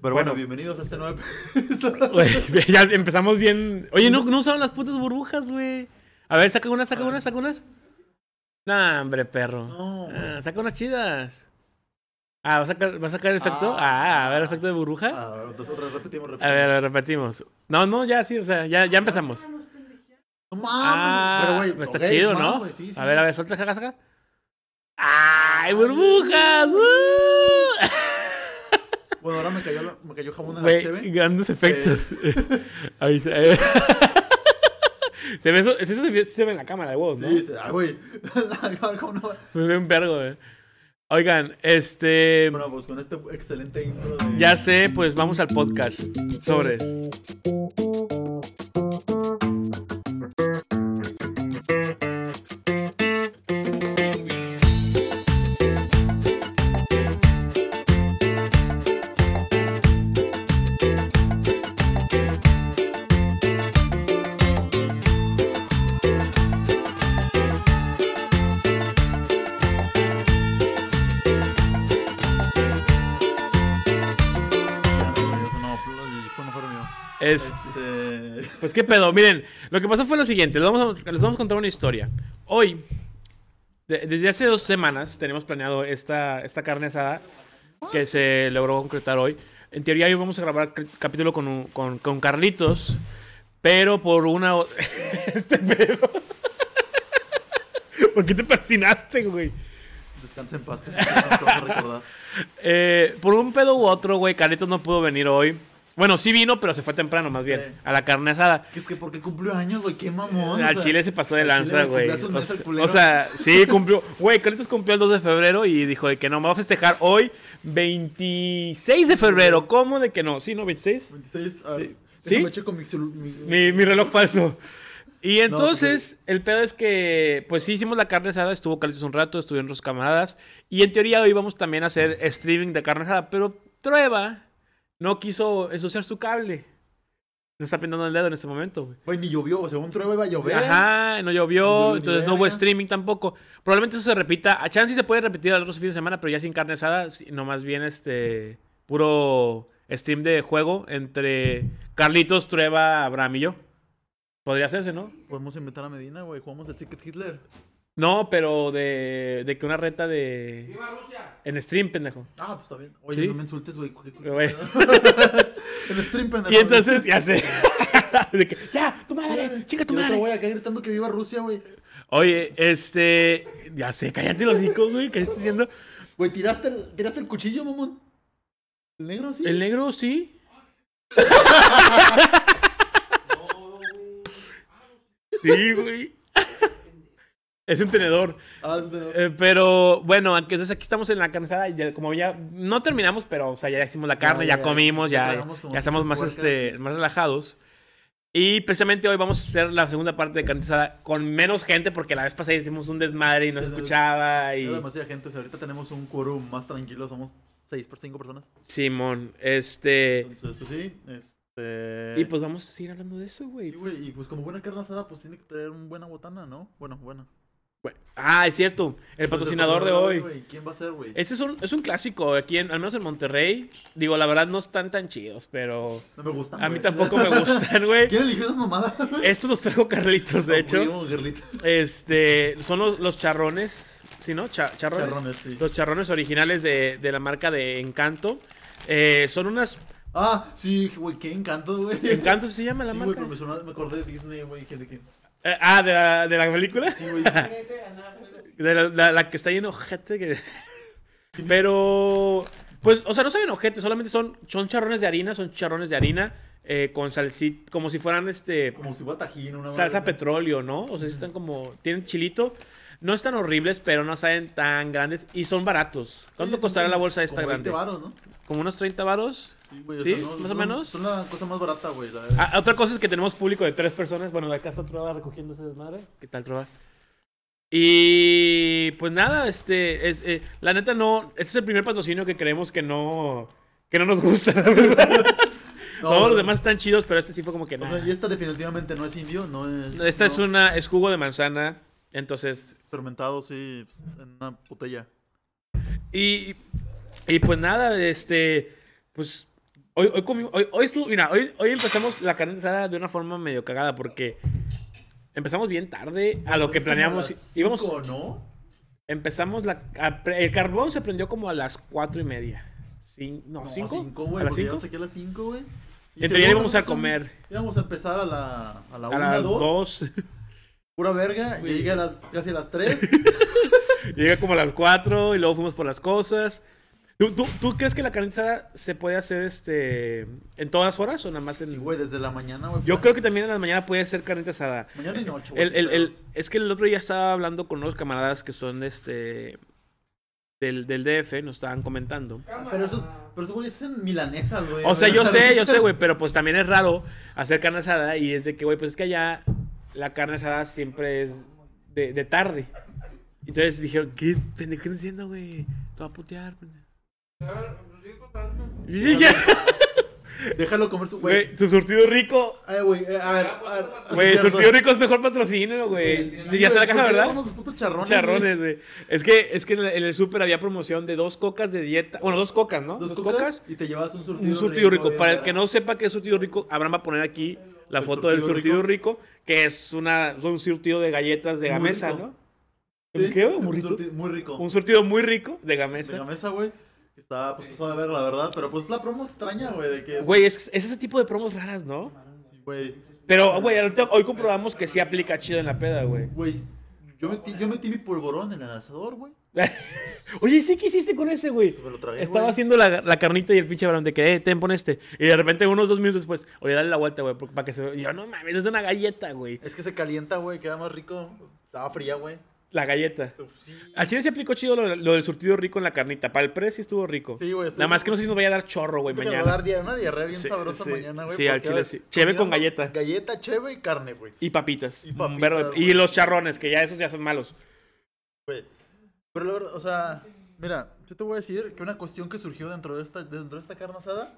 Pero bueno, bienvenidos a este nuevo episodio. Güey, ya empezamos bien. Oye, no, no usaron las putas burbujas, güey. A ver, saca unas, saca unas, saca unas. Nah, hombre, perro. No, Ah, saca unas chidas. Ah, ¿va a sacar, va a sacar el efecto? Ah, a ver, el efecto de burbuja. Ah, entonces otra vez repetimos, repetimos. A ver, lo repetimos. No, no, ya sí, o sea, ya, ya empezamos. No mames, Ah, Ah, pues, pero güey. está ok, chido, va, ¿no? güey, sí, sí, a ver, sí. a ver, suelta, saca, saca. ¡Ay, burbujas! ¡Uh! Bueno, ahora me cayó, la- me cayó jamón en la Güey, cheve. grandes efectos. Ahí se- eh. Se ve eso, eso se, ve, se ve en la cámara de huevos, ¿no? Sí, sí, ah, güey. Acá, ¿cómo no? Me ve un vergo, güey. Oigan, este. Bueno, pues con este excelente intro de... Ya sé, pues vamos al podcast. Sobres. No, pues, no fuera mío. Este. Este... Pues qué pedo, miren, lo que pasó fue lo siguiente, les vamos a, les vamos a contar una historia. Hoy, de- desde hace dos semanas, tenemos planeado esta, esta carne asada que se logró concretar hoy. En teoría hoy vamos a grabar cr- capítulo con, un- con, con Carlitos, pero por una... o- este pedo... ¿Por qué te persinaste, güey? Descansa en paz, que no te vamos a recordar. Eh, por un pedo u otro, güey, Carlitos no pudo venir hoy. Bueno, sí vino, pero se fue temprano, más bien, Sí. a la carne asada. Que es que porque cumplió años, güey, qué mamón. Al o sea, Chile se pasó de al lanza, Chile güey. cumplió hace un O, mes el sea- culero. o sea, sí, cumplió. Güey, Carlitos cumplió el 2 de febrero y dijo de que no, me va a festejar hoy, 26 de febrero. ¿Cómo de que no? Sí, ¿no? 26, ¿26? ah, Sí. déjame ¿Sí? checo mi celu- mi- Mi, mi reloj falso. Y No, entonces, el pedo es que, pues sí, hicimos la carne asada, estuvo Carlitos un rato, estuvieron los camaradas. Y en teoría hoy vamos también a hacer streaming de carne asada, pero Trueba no quiso ensuciar su cable. Nos está pintando el dedo en este momento, güey. Güey, ni llovió, o sea, un trueno iba a llover. Ajá, no llovió, Ni entonces no hubo verga. streaming tampoco. Probablemente eso se repita. A chance sí se puede repetir al otro fin de semana, pero ya sin carne asada, si- no más bien este puro stream de juego entre Carlitos, Trueba, Abraham y yo. Podría hacerse, ¿no? Podemos inventar a Medina, güey, jugamos el Secret Hitler. No, pero de, de que una reta de. En stream, pendejo. Ah, pues está bien. Oye, Sí. no me insultes, güey. cu- cu- Güey. El stream, pendejo. Y entonces, ya sé. De que, ya, tu madre, chinga tu Y el otro madre. güey acá gritando que viva Rusia, güey. Güey, Oye, este. Ya sé, cállate los hijos, güey, ¿qué estás diciendo? tiraste el, tiraste el cuchillo, mamón. El negro, sí. El negro sí. sí, güey. es un tenedor. Ah, es verdad. Eh, pero bueno, aquí, entonces aquí estamos en la cansada. y Ya, como ya no terminamos, pero o sea, ya hicimos la carne, ya, ya, ya, comimos, ya ya, tragamos como ya estamos más, muchas este, más relajados. Y precisamente hoy vamos a hacer la segunda parte de carne asada con menos gente porque la vez pasada hicimos un desmadre y no Sí, se no, escuchaba. Y... Era demasiada gente, o sea, ahorita tenemos un quórum más tranquilo, somos 6 por 5 personas. Simón, este... Entonces, pues sí, este... Y pues vamos a seguir hablando de eso, güey. Sí, güey, y pues como buena carne asada, pues tiene que tener una buena botana, ¿no? Bueno, bueno. Bueno, Ah, es cierto. El Pues, patrocinador de hoy. güey, ¿Quién va a ser, güey? Este es un, es un clásico aquí, en, al menos en Monterrey. Digo, la verdad no están tan chidos, pero No me gusta. a mí tampoco me gustan, güey. ¿Quién eligió esas mamadas? Pues güey? Estos los trajo Carlitos, de hecho. Digo, Guerrita. Este, son los, los charrones, ¿sí, no? Cha- charrones. Charrones, sí. Los charrones originales de, de la marca de Encanto. Eh, son unas... Ah, sí, güey, qué encanto, güey. ¿Encanto se llama la Sí, güey, marca? pero me, sonó- me acordé de Disney, güey. Que, de que... Eh, ah, ¿de la, de la película? Sí, güey. De la, la- la que está lleno ojete. que- Pero. Pues, o sea, no saben ojete, solamente son, son charrones de harina, son charrones de harina eh, con salsita, como si fueran este como si fuera tajín, una salsa madre así. petróleo, ¿no? O sea, sí están como, tienen chilito, no están horribles, pero no saben tan grandes y son baratos. ¿Cuánto Sí, son costará como- la bolsa esta como 20 grande? varos, ¿no? Como unos 30 varos. Sí, güey, ¿Sí? no, ¿Más o son- menos? Son la cosa más barata, güey. La... verdad. Ah, otra cosa es que tenemos público de tres personas. Bueno, acá está Trova recogiendo ese desmadre. ¿Qué tal, Trova? Y pues nada, este, es- eh, la neta no, este es el primer patrocinio que creemos que no, que no nos gusta, la verdad. No, Todos los güey. demás están chidos, pero este sí fue como que O nada. sea, y esta definitivamente no es indio, no es. Esta no, es una, es jugo de manzana, entonces, Fermentado, sí, pues, en una botella. y, y pues nada, este, pues Hoy, hoy, comi- hoy, hoy estuvo- mira, hoy, hoy empezamos la carne asada de una forma medio cagada porque empezamos bien tarde a lo que Es como planeamos. a las Íbamos- cinco, ¿no? empezamos la. a- el carbón se prendió como a las cuatro y media. Cin- no, No, cinco. cinco, a güey. las porque cinco. llegamos aquí a las 5, güey. En según teoría íbamos a nosotros comer. Íbamos a empezar a la a la A una, las dos. dos. Pura verga. Yo llegué a las, casi a las 3. Llegué como a las 4 y luego fuimos por las cosas. ¿Tú, tú, tú crees que la carne asada se puede hacer este en todas las horas o nada más en.? Sí, güey, desde la mañana, güey. Yo creo que también en la mañana puede ser carne asada. Mañana y noche, güey. El, el- sin el- pedos. es que el otro día estaba hablando con unos camaradas que son este del, del DF, nos estaban comentando. Pero esos, pero esos güeyes hacen milanesas, güey. O sea, yo sé, yo sé, güey, pero pues también es raro hacer carne asada y es de que, güey, pues es que allá la carne asada siempre es de, de tarde. Entonces dijeron, ¿qué pendejo estás diciendo, güey? Te va a putear, pendejo. pues, Y sí, ya, Déjalo comer su, güey. Güey, tu surtido rico. Ay, güey, eh, a ver, a ver. sí, Güey, cierto. surtido rico es mejor patrocinio, güey. Ya se la caja, ¿por qué ¿verdad? damos los putos charrones. Charrones, güey. Es que, es que en el, en el súper había promoción de dos cocas de dieta. Bueno, dos cocas, ¿no? güey? Dos, cocas, y te llevas un surtido Un surtido rico. güey, Para el ¿verdad? que no sepa qué es surtido rico, Abraham va a poner aquí la El foto del surtido surtido rico, que es una, es un surtido de galletas de Muy gamesa, rico. ¿no? Sí, ¿Qué? un ¿Un rico? surti- Muy rico. Un surtido muy rico de de gamesa. Gamesa, güey. que Está pues pasado de ver, la verdad. Pero pues la promo extraña, güey, de que. Güey, es, es ese tipo de promos raras, ¿no? Güey. Pero, güey, ahorita- hoy comprobamos que sí aplica chido en la peda, güey. Güey, yo metí, yo metí mi polvorón en el asador, güey. Oye, ¿sí qué hiciste con ese, güey? Me lo tragué. Estaba güey. haciendo la, la carnita y el pinche varón de que, eh, ten, pon este. Y de repente, unos dos minutos después, oye, dale la vuelta, güey, para que se. Y yo, no mames, es una galleta, güey. Es que se calienta, güey, queda más rico. Estaba fría, güey. La galleta. Uf, Sí. Al chile se aplicó chido lo, lo del surtido rico en la carnita. Para el pre sí estuvo rico. Sí, güey, estuvo- Nada más que no sé si nos vaya a dar chorro, güey, Siento que me va a mañana. dar dia- una diarrea bien Sí, sabrosa sí. mañana, güey. Sí, al porque, chile a ver, sí. Cheve con combinamos galleta. Galleta, cheve y carne, güey. Y papitas. Y Mm, papitas, verde. Y güey. los charrones, que ya esos ya son malos. güey. Pero la verdad, o sea, mira, yo te voy a decir que una cuestión que surgió dentro de esta, dentro de esta carne asada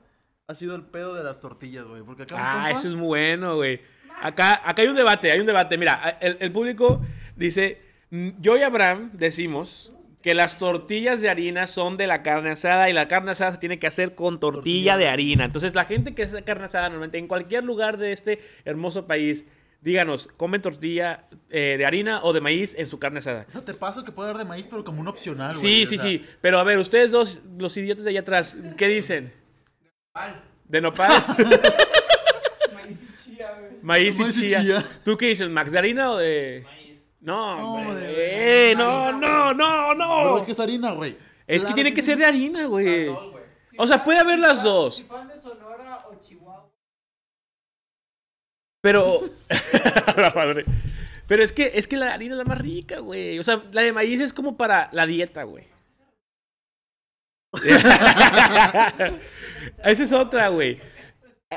ha sido el pedo de las tortillas, güey. Porque acá. mi Ah, compa- eso es muy bueno, güey. Acá, acá hay un debate, hay un debate. Mira, el, el público dice, "Mm, yo y Abraham decimos que las tortillas de harina son de la carne asada y la carne asada se tiene que hacer con tortilla, Tortilla. de harina. Entonces la gente que hace carne asada normalmente en cualquier lugar de este hermoso país, díganos, ¿comen tortilla eh, de harina o de maíz en su carne asada? Esa te paso que puede dar de maíz, pero como un opcional, güey. Sí, o sí, sea, sí. Pero a ver, ustedes dos, los idiotas de allá atrás, ¿qué dicen? De nopal. Maíz y chía, güey. Maíz y Maíz y chía. chía. ¿Tú qué dices, Max? ¿De harina o de.? No, No, hombre, de- eh, no, no, no, Pero no. es que es harina, güey. Oh. Es que Claro tiene que sí. ser de harina, güey. Las dos, güey. O sea, puede haber las dos. Si fan de Sonora o Chihuahua. Pero. la madre. Pero es que, es que la harina es la más rica, güey. O sea, la de maíz es como para la dieta, güey. Esa es otra, güey.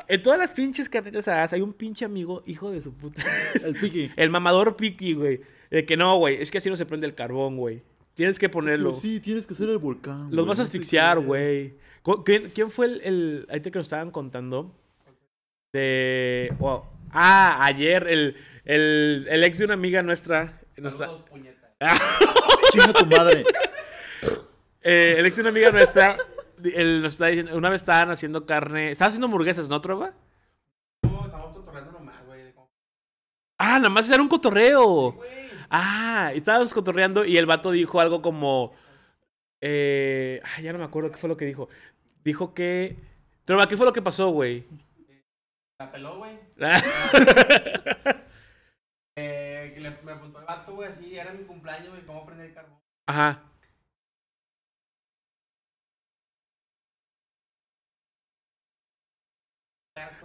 En todas las pinches carnetas asadas hay un pinche amigo, hijo de su puta. El piqui. El mamador piqui, güey. De que no, güey. Es que así no se prende el carbón, güey. Tienes que ponerlo. Sí, tienes que hacer el volcán. Los güey, vas a no sé asfixiar, qué. güey. Cu- ¿Quién, quién fue el, el. Ahorita que nos estaban contando. De. wow. Ah, ayer. El, el, el ex de una amiga nuestra. nuestra Chinga tu madre. eh, el ex de una amiga nuestra. Él nos está diciendo. Una vez estaban haciendo carne. Estaban haciendo hamburguesas, ¿no, Trova? No, estamos cotorreando nomás, güey. Ah, nada más era un cotorreo. Güey, Ah, y estábamos cotorreando y el vato dijo algo como. Eh, ay, ya no me acuerdo qué fue lo que dijo. Dijo que. Trova, ¿qué fue lo que pasó, güey? la peló, güey. Eh, que le, me apuntó el vato, güey, así, era mi cumpleaños, güey, ¿cómo prender el carbón? Ajá.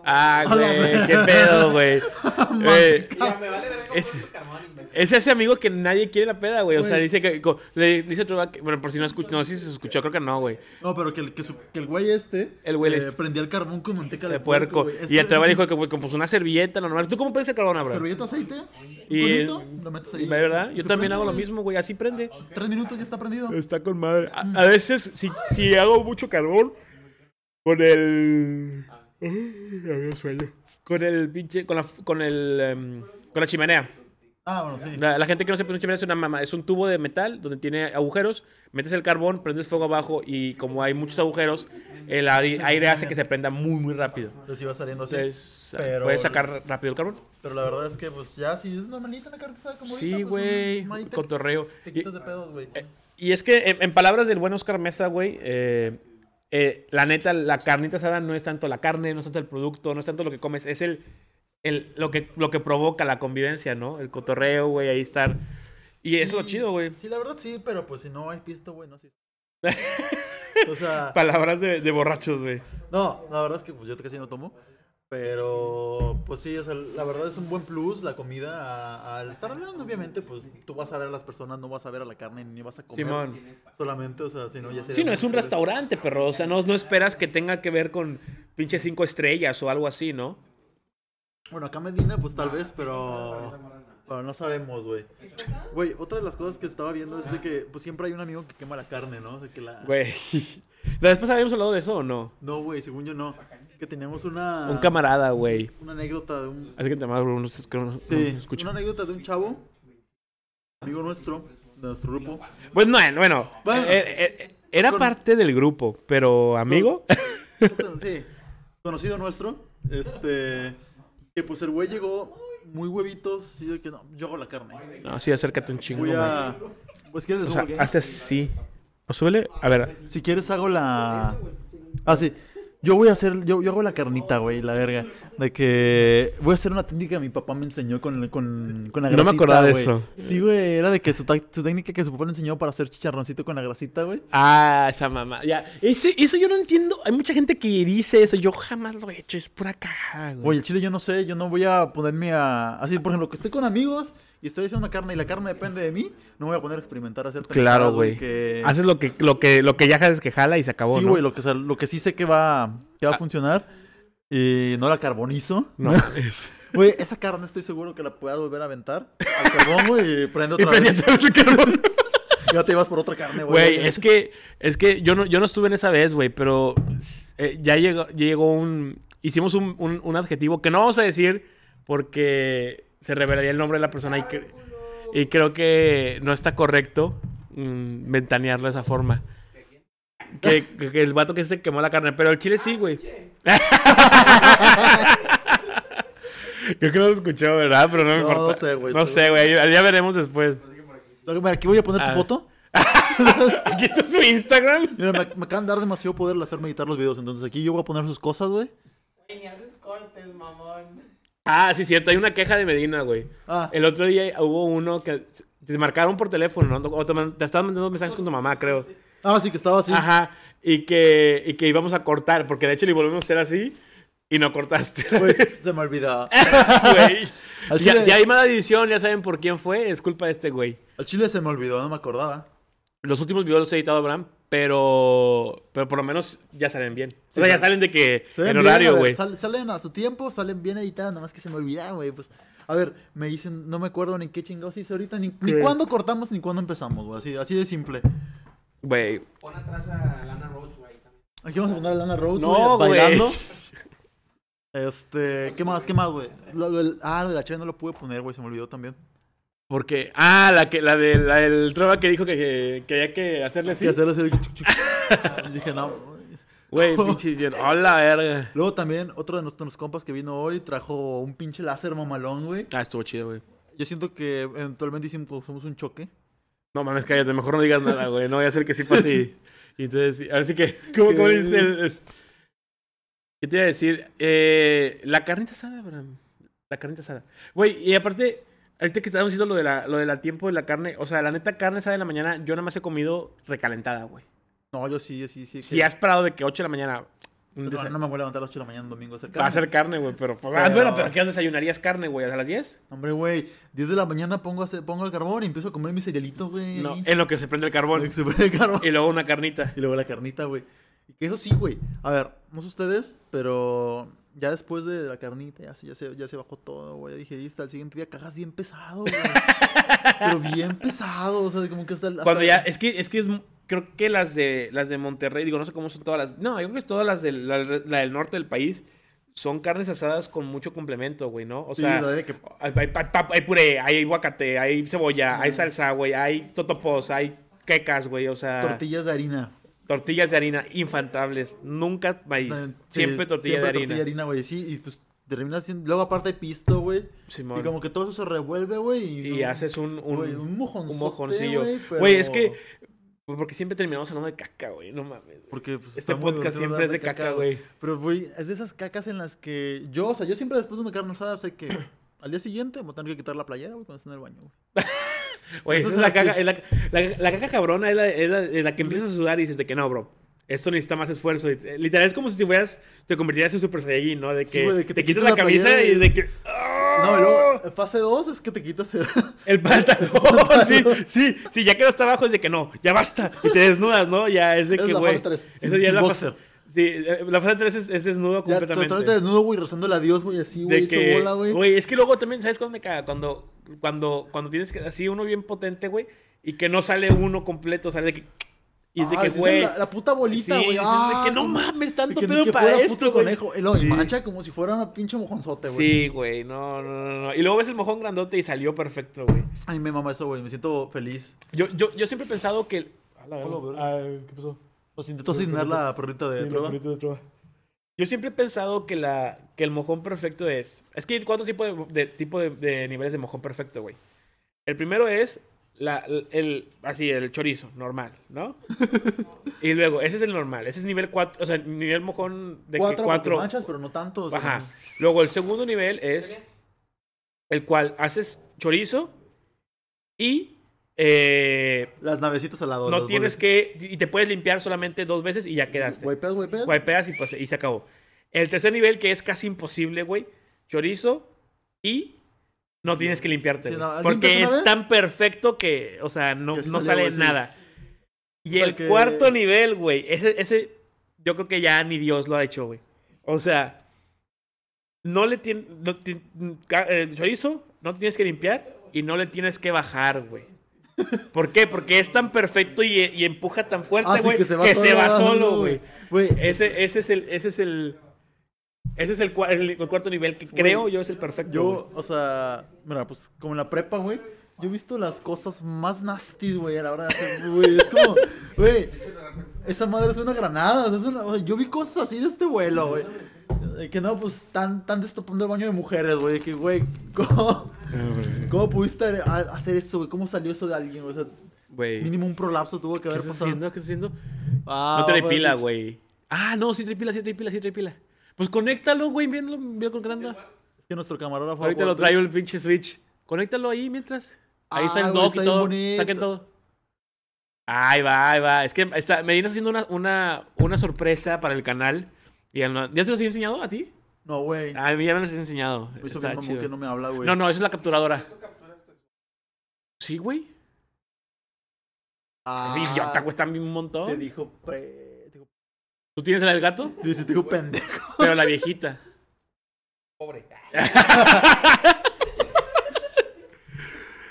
Ah, A la güey, verga. qué pedo, güey. Eh, Mira, me vale ver cómo Es- prendo el carbón, imbécil. es ese amigo que nadie quiere la peda, güey. O sea, Güey. dice que. co- Le dice a Trova que. Bueno, por si no escuchó. No, si se escuchó, creo que no, güey. No, pero que el, que su- que el güey este. El güey eh, este. Prendía el carbón con manteca de, De puerco. güey. Eso- Y el Trova eso- dijo que, güey, que puso una servilleta normal. ¿Tú cómo prendes el carbón, Abraham? Servilleta, aceite. Un Y- coñito, lo metes ahí. ¿Verdad? Y Yo se también prende, hago lo güey. mismo, güey. Así prende. Tres minutos ya está prendido. Está con madre. A, a veces, si, si hago mucho carbón, con el. Ay, ya había sueño. Con el pinche. Con la, con el. em, con la chimenea. Ah, bueno, sí. La, la gente que no se un chimenea es una mama. Es un tubo de metal donde tiene agujeros. Metes el carbón, prendes fuego abajo y como hay muchos agujeros, el ari- Sí, aire sí, hace sí. que se prenda muy, muy rápido. Pues iba saliendo así. Entonces, pero- puedes sacar rápido el carbón. Pero la verdad es que, pues ya, si es normalita la carne asada como Sí, ahorita, pues, un güey. Eh, maíz te, Cotorreo. te Y, quitas de pedos, güey. y es que, en, en palabras del buen Oscar Mesa, güey, eh, eh, la neta, la carnita asada no es tanto la carne, no es tanto el producto, no es tanto lo que comes, es el, el- lo, que, lo que provoca la convivencia, ¿no? El cotorreo, güey, ahí estar. Y eso es lo Sí, chido, güey. Sí, la verdad sí, pero pues si no hay pisto, güey, no sí. o sea, Palabras de, de borrachos, güey. no, la verdad es que pues yo casi no tomo. Pero, pues sí, o sea, la verdad es un buen plus la comida a- al estar hablando, obviamente, pues tú vas a ver a las personas, no vas a ver a la carne, ni vas a comer Simón. solamente, o sea, si no ya sería Sí, no, muy es un culero. restaurante, perro. O sea, no, no esperas que tenga que ver con pinche cinco estrellas o algo así, ¿no? Bueno, acá en Medina, pues tal vez, pero. Pero no sabemos, güey. Güey, otra de las cosas que estaba viendo es de que pues siempre hay un amigo que quema la carne, ¿no? O sea, que la... Güey. ¿La Después habíamos hablado de eso o no? No, güey, según yo no. Que teníamos una... Un camarada, güey. Una anécdota de un... Así que te mando unos que no, no Sí, se escucha. una anécdota de un chavo, amigo nuestro, de nuestro grupo. Pues no, bueno. Bueno. eh, eh, era Con- parte del grupo, pero amigo. Exacto, Sí, conocido nuestro. Este... Que pues el güey llegó muy huevitos, así de que no, yo hago la carne. No, sí, acércate un chingo Voy más. a... Pues quieres O les sea, subo el game? hasta sí. O súbele. A ver, Si quieres hago la... Ah, sí. Yo voy a hacer, yo, yo hago la carnita, güey, la verga. De que voy a hacer una técnica que mi papá me enseñó con, con, con la No grasita. me acordaba de güey. eso. Sí, güey, era de que su, tac- su técnica que su papá le enseñó para hacer chicharroncito con la grasita, güey. Ah, esa mamá. Ya. Ese- eso yo no entiendo. Hay mucha gente que dice eso. Yo jamás lo he hecho. Es pura cagada, güey. Güey, el chile yo no sé, yo no voy a ponerme a... Así, por ejemplo, que estoy con amigos y estoy haciendo una carne y la carne depende de mí, no me voy a poner a experimentar, a hacer Claro, pendejadas, güey. que- Haces lo que, lo que, lo que ya sabes que jala y se acabó, Sí, ¿no? güey, lo, que, o sea, lo que sí sé que va, que va a Ah. funcionar y no la carbonizo. No, es- Güey, esa carne estoy seguro que la puedas volver a aventar al carbón, güey, y prende Y otra prendí vez. otra vez el carbón. Ya te ibas por otra carne, güey. Güey, es que, es que yo no, yo no estuve en esa vez, güey, pero eh, ya llegó, ya llegó un. Hicimos un, un- un adjetivo que no vamos a decir porque se revelaría el nombre de la persona y, cre- y creo que no está correcto mm, ventanearlo de esa forma. Que, que- que el vato que se quemó la carne, pero el chile sí, güey. Creo que no lo escuchó, ¿verdad? Pero no me No, importa. no sé, güey, No sí. sé, güey. ahí- Ya veremos después. Mira, Aquí voy a poner Ah. su foto. Aquí está su Instagram. Mira, me, me acaban de dar demasiado poder al hacerme editar los videos. Entonces aquí yo voy a poner sus cosas, güey. Güey, ni haces cortes, mamón. Ah, sí, cierto. Hay una queja de Medina, güey. Ah, El otro día hubo uno que te marcaron por teléfono, ¿no? O te, man- te estaban mandando mensajes con tu mamá, creo. ah, sí, que estaba así. Ajá. Y que, y que íbamos a cortar, porque de hecho le volvimos a hacer así y no cortaste. Pues se me olvidaba. Güey. Al Si, chile- si hay mala edición, ya saben por quién fue, es culpa de este güey. Al chile se me olvidó, no me acordaba. Los últimos videos los he editado, Abraham, pero, pero por lo menos ya salen bien. O Sí, sea, ya salen- salen de que Se ven bien, en a horario, ver, güey. sal- salen a su tiempo, salen bien editadas, nomás que se me olvidaba, güey. Pues, a ver, me dicen, no me acuerdo ni qué chingados hice ahorita, ni, ni Sí. cuándo cortamos, ni cuándo empezamos, güey. Así, así de simple. Güey. Pon atrás a Lana Rhodes, güey. también. Aquí vamos a poner a Lana Rhodes, No, güey, güey. bailando. Este, ¿qué más? ¿Qué más, güey? Lo- lo del- ah, lo de la chave no lo pude poner, güey, se me olvidó también. Porque. Ah, la que, la de la del trova que dijo que, que, que había que hacerle así. Que hacer así de que chuc, chuc. Y Dije, no. güey. Güey, pinche diciendo, hola, verga. Luego también, otro de nuestros compas que vino hoy trajo un pinche láser mamalón, güey. Ah, estuvo chido, güey. Yo siento que eventualmente hicimos somos un choque. No mames, cállate, mejor no digas nada, güey. No voy a hacer que sí pase. y- Y entonces, sí, ahora sí que, ¿cómo, cómo ¿Qué? dice el- el- ¿Qué te iba a decir? Eh, la carnita asada, Abraham. La carnita asada. Güey, y aparte, ahorita que estábamos diciendo lo de la, lo de la tiempo de la carne, o sea, la neta carne asada de la mañana, yo nada más he comido recalentada, güey. No, yo sí, yo sí, sí. Si que- has parado de que 8 de la mañana. un o sea, desa- no me voy a levantar a las 8 de la mañana un domingo a hacer Va a carne. ser carne, güey, pero. Pues, ah, Pero- Bueno, pero ¿qué horas desayunarías carne, güey? ¿A las 10? Hombre, güey, 10 de la mañana pongo, a hacer- pongo el carbón y empiezo a comer mi cerealito, güey. No, ahí. en lo que se prende el carbón. Que se pone el carbón. Y luego una carnita. Y luego la carnita, güey. Y que eso sí, güey. A ver, no sé ustedes, pero ya después de la carnita, ya se, ya se, ya se bajó todo, güey. Ya dije, y hasta el siguiente día cagas bien pesado, güey. pero bien pesado, o sea, como que hasta el. hasta- Cuando ya, es que es que es mu- creo que las de las de Monterrey, digo, no sé cómo son todas las, no, yo creo que es todas las del la, la del norte del país son carnes asadas con mucho complemento, güey, ¿no? O Sí, sea, la verdad que- hay, hay pa- pa- hay puré, hay aguacate, hay cebolla, Mm. hay salsa, güey, hay totopos, hay quecas, güey, o sea, Tortillas de harina. tortillas de harina infantables, nunca maíz, Eh, sí, siempre tortilla siempre de harina. tortilla de harina, güey. Sí, y pues terminas siendo... Luego aparte hay pisto, güey. Simón. Y como que todo eso se revuelve, güey. Y no- haces un, un, güey, un, mojonzote, un mojoncillo. Güey, pero- es que, pues, porque siempre terminamos hablando de caca, güey, no mames. Porque pues, Este está muy podcast divertido siempre hablar es de caca, güey. Pero, güey, es de esas cacas en las que yo, o sea, yo siempre después de una carne asada sé que al día siguiente me voy a tener que quitar la playera, güey, cuando esté en el baño, güey. Güey, Esas esa son es la las que- caca, es la, la- la caca cabrona es la, es la- es la que empiezas a sudar y dices de que no, bro. Esto necesita más esfuerzo. Y, eh, Literal, es como si te fueras, te convirtieras en Super Saiyajin, ¿no? De que, Sí, güey, de que te, te quitas quitas la la camisa playera y y- de que... No, y ¡Ah! luego, fase 2 es que te quitas el... El pantalón, sí, sí, sí, ya quedó hasta abajo, es de que no, ya basta. Y te desnudas, ¿no? Ya es de Es que, la güey. fase tres, eso sin- ya es sin la boxer. fase- Sí, eh, la fase 3 es, es desnudo Ya totalmente completamente. desnudo, güey, rezándole a Dios, güey, así, güey, De hecho que, bola, güey. güey, es que luego también, ¿sabes cuándo me caga? Cuando, cuando, cuando tienes que, así uno bien potente, güey, y que no sale uno completo, sale de que... Y es de Ah, que, sí, güey... La, la puta bolita, sí, güey. es de ah, que no mames, tanto que ni pedo que para fuera esto, puto güey. conejo. Y lo Sí. mancha como si fuera una pinche mojonzote, güey. Sí, güey, no, no, no, no. Y luego ves el mojón grandote y salió perfecto, güey. A mí me mama eso, güey, me siento feliz. Yo, yo, yo siempre he pensado que... el- ¿Qué pasó? Intentó asignar la perrita de prueba. Yo siempre he pensado que, la, que el mojón perfecto es... Es que hay cuatro tipos de, de- tipo de, de niveles de mojón perfecto, güey. El primero es la, el, así, el chorizo, normal, ¿no? y luego, ese es el normal. Ese es nivel 4, o sea, nivel mojón de Cuatro, que cuatro. cuatro... manchas, pues, pero no tanto. o sea, Ajá. Luego, el segundo nivel es el cual haces chorizo y... eh, Las navecitas al lado. no tienes que... Y te puedes limpiar solamente dos veces y ya quedaste. Guaypeas, guaypeas. Wipeas y, pues, y se acabó. El tercer nivel, que es casi imposible, güey. Chorizo y no tienes que limpiarte. Sí, güey, no, limpias porque una es vez. tan perfecto que, o sea, no, que sí no salió, sale güey, sí. nada. Y O sea el que- cuarto nivel, güey. Ese, ese, yo creo que ya ni Dios lo ha hecho, güey. O sea, no le tienes. chorizo, no tienes que limpiar y no le tienes que bajar, güey. ¿Por qué? Porque es tan perfecto y, y empuja tan fuerte, Así güey, Ah, que se va solo. solo, güey. Eh, Güey, Ese, ese es el, ese es el, ese es el, cua- el- el cuarto nivel que creo yo es el perfecto. güey. yo, o sea, mira, pues como en la prepa, güey, yo he visto las cosas más nasties, güey, a la hora de hacer, güey. Es como, güey, esa madre es una granada. o sea, es una- o sea, yo vi cosas así de este vuelo, güey. De Que no, pues están tan destopando el baño de mujeres, güey. de Que, güey, ¿cómo, ¿cómo pudiste ha- hacer eso, güey? ¿Cómo salió eso de alguien? O sea, Güey, mínimo un prolapso tuvo que ¿qué haber estás pasado. haciendo? ¿Qué estás haciendo? Ah, no trae va, pila, pinche- güey. Ah, no, sí trae pila, sí trae pila, sí trae pila. Pues conéctalo, güey, viéndolo, viéndolo con granda. Es que nuestro camarógrafo. Ahorita lo traigo el pinche Switch. Conéctalo ahí mientras. Ahí está Ah, el güey, dock está y bien todo. bonito. Saquen todo. Ahí va, ahí va. Es que está, me viene haciendo una, una, una sorpresa para el canal. Y al no- ¿Ya se los he enseñado a ti? No, güey. A mí ya me los he enseñado. Me hizo Ah, Está bien mamón chido. que no me habla, güey. No, no, esa es la capturadora. Sí, güey. Ah, Sí, idiota, cuestan un montón. Te dijo pre. te dijo- Tú tienes la del gato, Te dice, te dijo pendejo. pero la viejita. Pobre.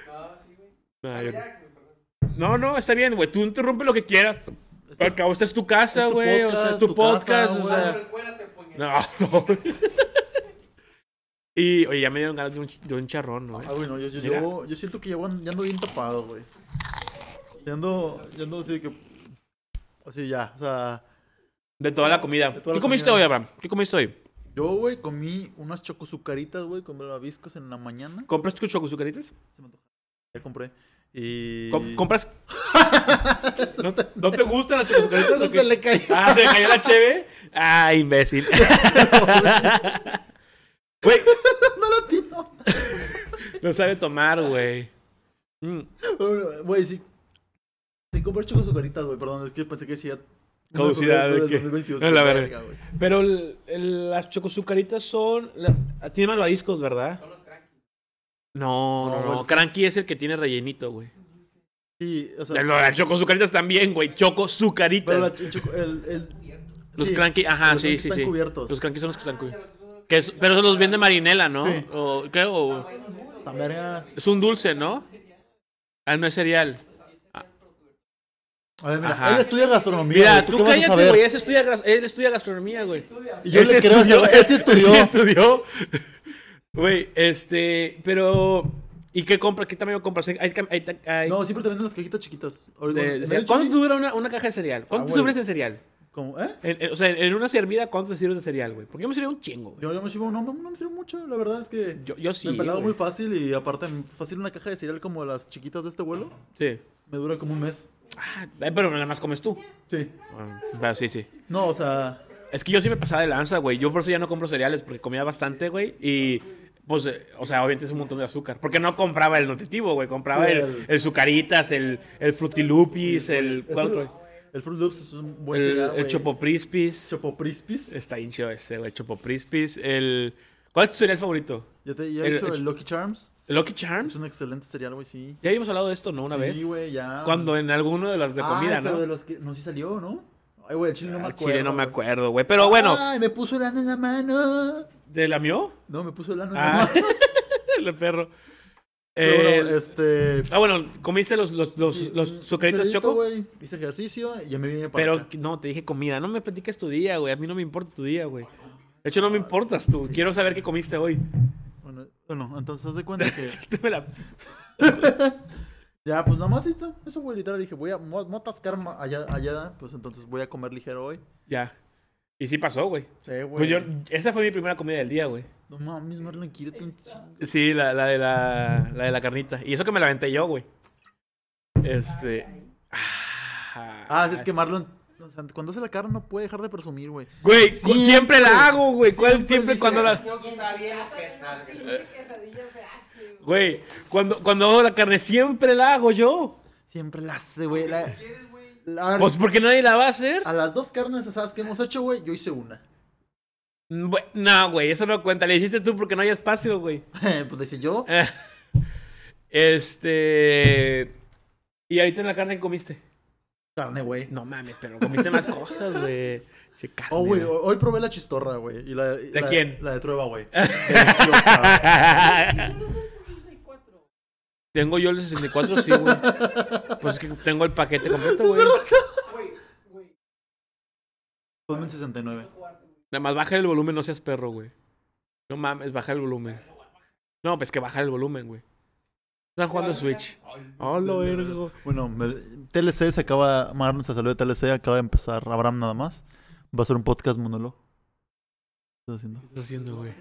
No, sí, güey. No, Ah, yo- ya, güey, perdón. no, no, está bien, güey. Tú interrumpe lo que quieras. Esto Al Este es- cabo, esta es tu casa, es tu güey. O sea, es podcast, tu tu casa, podcast. o güey. sea. Ah, pero encuérate, puñet. No, no. y, oye, ya me dieron ganas de un, ch- de un charrón, ¿no? Ah, güey, no, yo, yo, Mira. yo, yo siento que ya, van- ya ando bien tapado, güey. Ya ando, ya ando así de que. Así ya, o sea. De toda la comida. De toda la ¿Qué comiste comida. hoy, Abraham? ¿Qué comiste hoy? Yo, güey, comí unas chocosucaritas, güey, con malvaviscos en la mañana. ¿Compras tus chocosucaritas? Se me antojaron. Ya compré. Y. Com- ¿Compras? ¿No, no te gustan las chocosucaritas? o qué? se le cayó. Ah, se me cayó la cheve. Ah, imbécil. Güey, No lo tiro. no sabe tomar, güey. Mm, Bueno, Güey, sí. Sí, compré chocosucaritas, güey, perdón, es que pensé que decía. Caducidad, de ¿de qué? 2022. No, la qué verga. güey. Pero el- el- las chocosucaritas son. la- tienen malvadiscos, ¿verdad? Son los crankies. No, no, No, no. güey. Cranky es el que tiene rellenito, güey. Sí, o sea. Las las chocosucaritas también, güey. Chocosucaritas. Pero la- el, choco- el, el- Los sí, cranky, ajá, los sí, cranky sí, están sí. cubiertos. Los cranky son los que Ah, están cubiertos. Que es- pero se los vende Marinela, ¿no? Sí. O, creo. o- Están vergas. Es un dulce, ¿no? Ah, no es cereal. Ah. A ver, mira, Ajá. él estudia gastronomía. Mira, güey, tú qué vas a cállate, saber? güey. Él estudia, gas- él estudia gastronomía, güey. Y yo Él sí le creo, estudió, él sí estudió. Él sí estudió. Güey, este, pero. ¿Y qué compra? ¿Qué tamaño compras? Hay, cam- hay ta- hay- No, siempre te venden las cajitas chiquitas. Ahorita, de- bueno, de- en el ¿Cuánto Chuy- dura una, una caja de cereal? ¿Cuánto te güey. sirves de cereal? ¿Cómo? ¿Eh? En- en- o sea, en una servida, ¿cuánto te sirves de cereal, güey? Porque yo me sirve un chingo, güey. Yo, yo me sirvo, no, no me sirve mucho. La verdad es que Yo, yo sí. me empelaba güey. muy fácil y aparte, fácil una caja de cereal como las chiquitas de este vuelo Sí. me dura como un mes. Ah, pero nada más comes tú. Sí. Ah, pero sí, sí. No, o sea, Es que yo sí me pasaba de lanza, güey. Yo por eso ya no compro cereales, porque comía bastante, güey. Y, pues, eh, o sea, obviamente es un montón de azúcar. Porque no compraba el nutritivo, güey. Compraba Sí, el, el- el Zucaritas, el, el Frutilupis, el... ¿Cuál el, otro? el Fruit Loops es un buen El, cereal, el güey. Chopo Prispis. Chopo Prispis. Está hincho ese, güey. Chopo Prispis. El... ¿Cuál es tu cereal favorito? Ya te ya he el- dicho, el- el Lucky Charms. ¿El Lucky Es Charms? un excelente cereal, güey, sí. Ya habíamos hablado de esto, ¿no? Una sí, vez. güey, ya. Cuando en alguno de las de comida, Ay, pero ¿no? de los que... No, sí salió, ¿no? Ay, güey, el chile no me Al acuerdo. Chile no me güey. Ah. acuerdo, güey. Pero bueno, Ay, me puso el ano en la mano. ¿de la mió? No, me puso el ano en la Ah, mano. el perro. Pero bueno, El- este... Ah, bueno, comiste los, los, los, sí, los un sucaritas cerealito, choco. güey, Hice ejercicio y ya me vine para Pero acá. no, te dije comida. No me platicas tu día, güey. A mí no me importa tu día, güey. De hecho, no me importas tú. Quiero saber qué comiste hoy. Bueno, bueno, entonces haz de cuenta que... Suéltame la- ya, pues nada más listo. Eso, güey, literal. Dije, voy a, me voy a- me voy a atascar ma- allá, allá. Pues entonces voy a comer ligero hoy. Ya. Y sí pasó, güey. Sí, güey. Pues yo, esa fue mi primera comida del día, güey. No mames, Marlon, quírate un chingo. Sí, la, la de la, la de la carnita. Y eso que me la aventé yo, güey. Este. Ah, sí, es que Marlon... o sea, Cuando hace la carne no puede dejar de presumir, güey. Güey, cu- siempre, Siempre. la hago, güey. ¿Cuál- Siempre, Siempre dice- cuando la. Creo que Ah, está bien o sea, nada, que- Güey, cuando, cuando hago la carne, siempre la hago yo. Siempre la hace, güey. La, ¿Quieres, güey? la- Pues porque nadie la va a hacer. a las dos carnes asadas que hemos hecho, güey, yo hice una. Mm, Bue- No, güey, eso no cuenta. Le hiciste tú porque no hay espacio, güey. pues decía yo. Eh, Este. ¿Y ahorita en la carne que comiste? Carne, güey. No mames, pero comiste más cosas, güey. Che, carne, Oh, güey, güey. ho- hoy probé la chistorra, güey. Y la, y ¿De la- quién? La de Trueba, güey. Deliciosa. Tengo yo el 64, sí, güey. Pues es que tengo el paquete completo, güey. Güey, güey, 2069. Nada más baja el volumen, no seas perro, güey. No mames, baja el volumen. No, pues que baja el volumen, güey. Están jugando Switch. Hola, vergo. Bueno, me- TLC se acaba. Mar nuestra salud de TLC acaba de empezar. Abraham nada más. Va a ser un podcast monólogo. ¿Qué estás haciendo? ¿Qué estás haciendo, güey?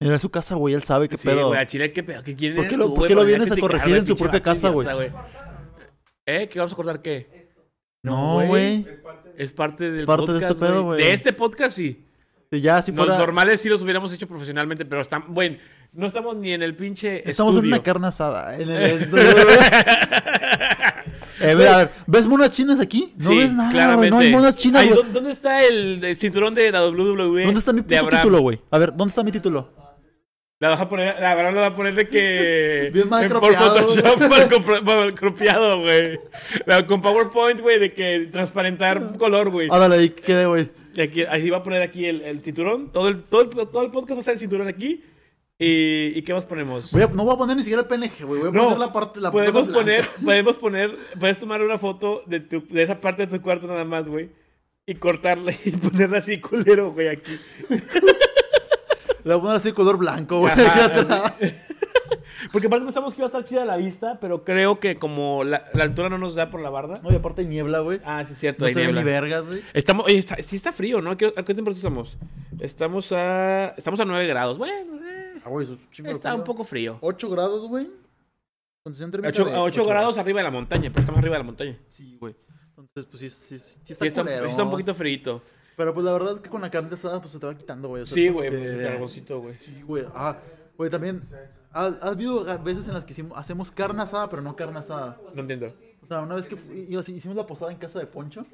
Era su casa, güey. Él sabe qué Sí, pedo. güey, a Chile, ¿qué pedo? ¿Qué quién ¿Por eres qué lo- tú, por güey, qué lo para vienes ya a corregir criticarme, en su pinche propia vato casa, güey? idiota, ¿Eh? ¿Qué vamos a cortar qué? no, güey. Es parte del Parte de podcast, este pedo, güey. güey. De este podcast, sí. Sí, ya, si Los fuera. normales sí los hubiéramos hecho profesionalmente, pero están... Bueno, no estamos ni en el pinche Estamos en estudio. una carne asada. En el- Eh, ve, a ver, ¿ves monas chinas aquí? No Sí, ves nada, güey. No hay monas chinas, Ay, güey. ¿dó- ¿Dónde está el, el cinturón de la WWE? ¿Dónde está mi de puto Abraham? título, güey? A ver, ¿dónde está mi título? La vas a poner, la Abraham la va a poner de que. Bien mal en- cropeado, Por Photoshop, mal, compro- mal cropeado, güey. La- Con PowerPoint, güey, de que transparentar color, güey. Ándale, Ah, ahí quede, güey. Y aquí, así va a poner aquí el, el cinturón. Todo el, todo, el, todo el podcast va a ser el cinturón aquí. ¿Y, y qué más ponemos? Voy a- no voy a poner ni siquiera el PNG, güey. Voy a No, poner la parte. La podemos cosa poner, blanca. podemos poner, puedes tomar una foto de, tu, de esa parte de tu cuarto nada más, güey. Y cortarla y ponerla así, culero, güey, aquí. La voy a poner así color blanco, güey. Ajá, aquí atrás. Porque aparte pensamos que iba a estar chida la vista, pero creo que como la, la altura no nos da por la barda. No, y aparte hay niebla, güey. Ah, sí, es cierto, No hay se ve niebla. ni vergas, güey. Estamos, oye, está- sí está frío, ¿no? ¿A qué, a qué temperatura estamos? Estamos a, estamos a 9 grados. Bueno, eh, Ah, güey, eso es un chingo de está culo. un poco frío. 8 grados, güey. Concentración A térmica. 8, de grados arriba de la montaña, pero estamos arriba de la montaña. Sí, güey. Entonces, pues sí, sí, sí, Sí está, está, culero. sí está un poquito frío. Pero pues la verdad es que con la carne asada, pues se te va quitando, güey. o sea, Sí, es güey, pues, como que- el carboncito, güey. Sí, güey. Ah, güey, también. ¿Has, has habido veces en las que hicimos- hacemos carne asada, pero no carne asada? No entiendo. O sea, una vez que fu- iba- hicimos la posada en casa de Poncho,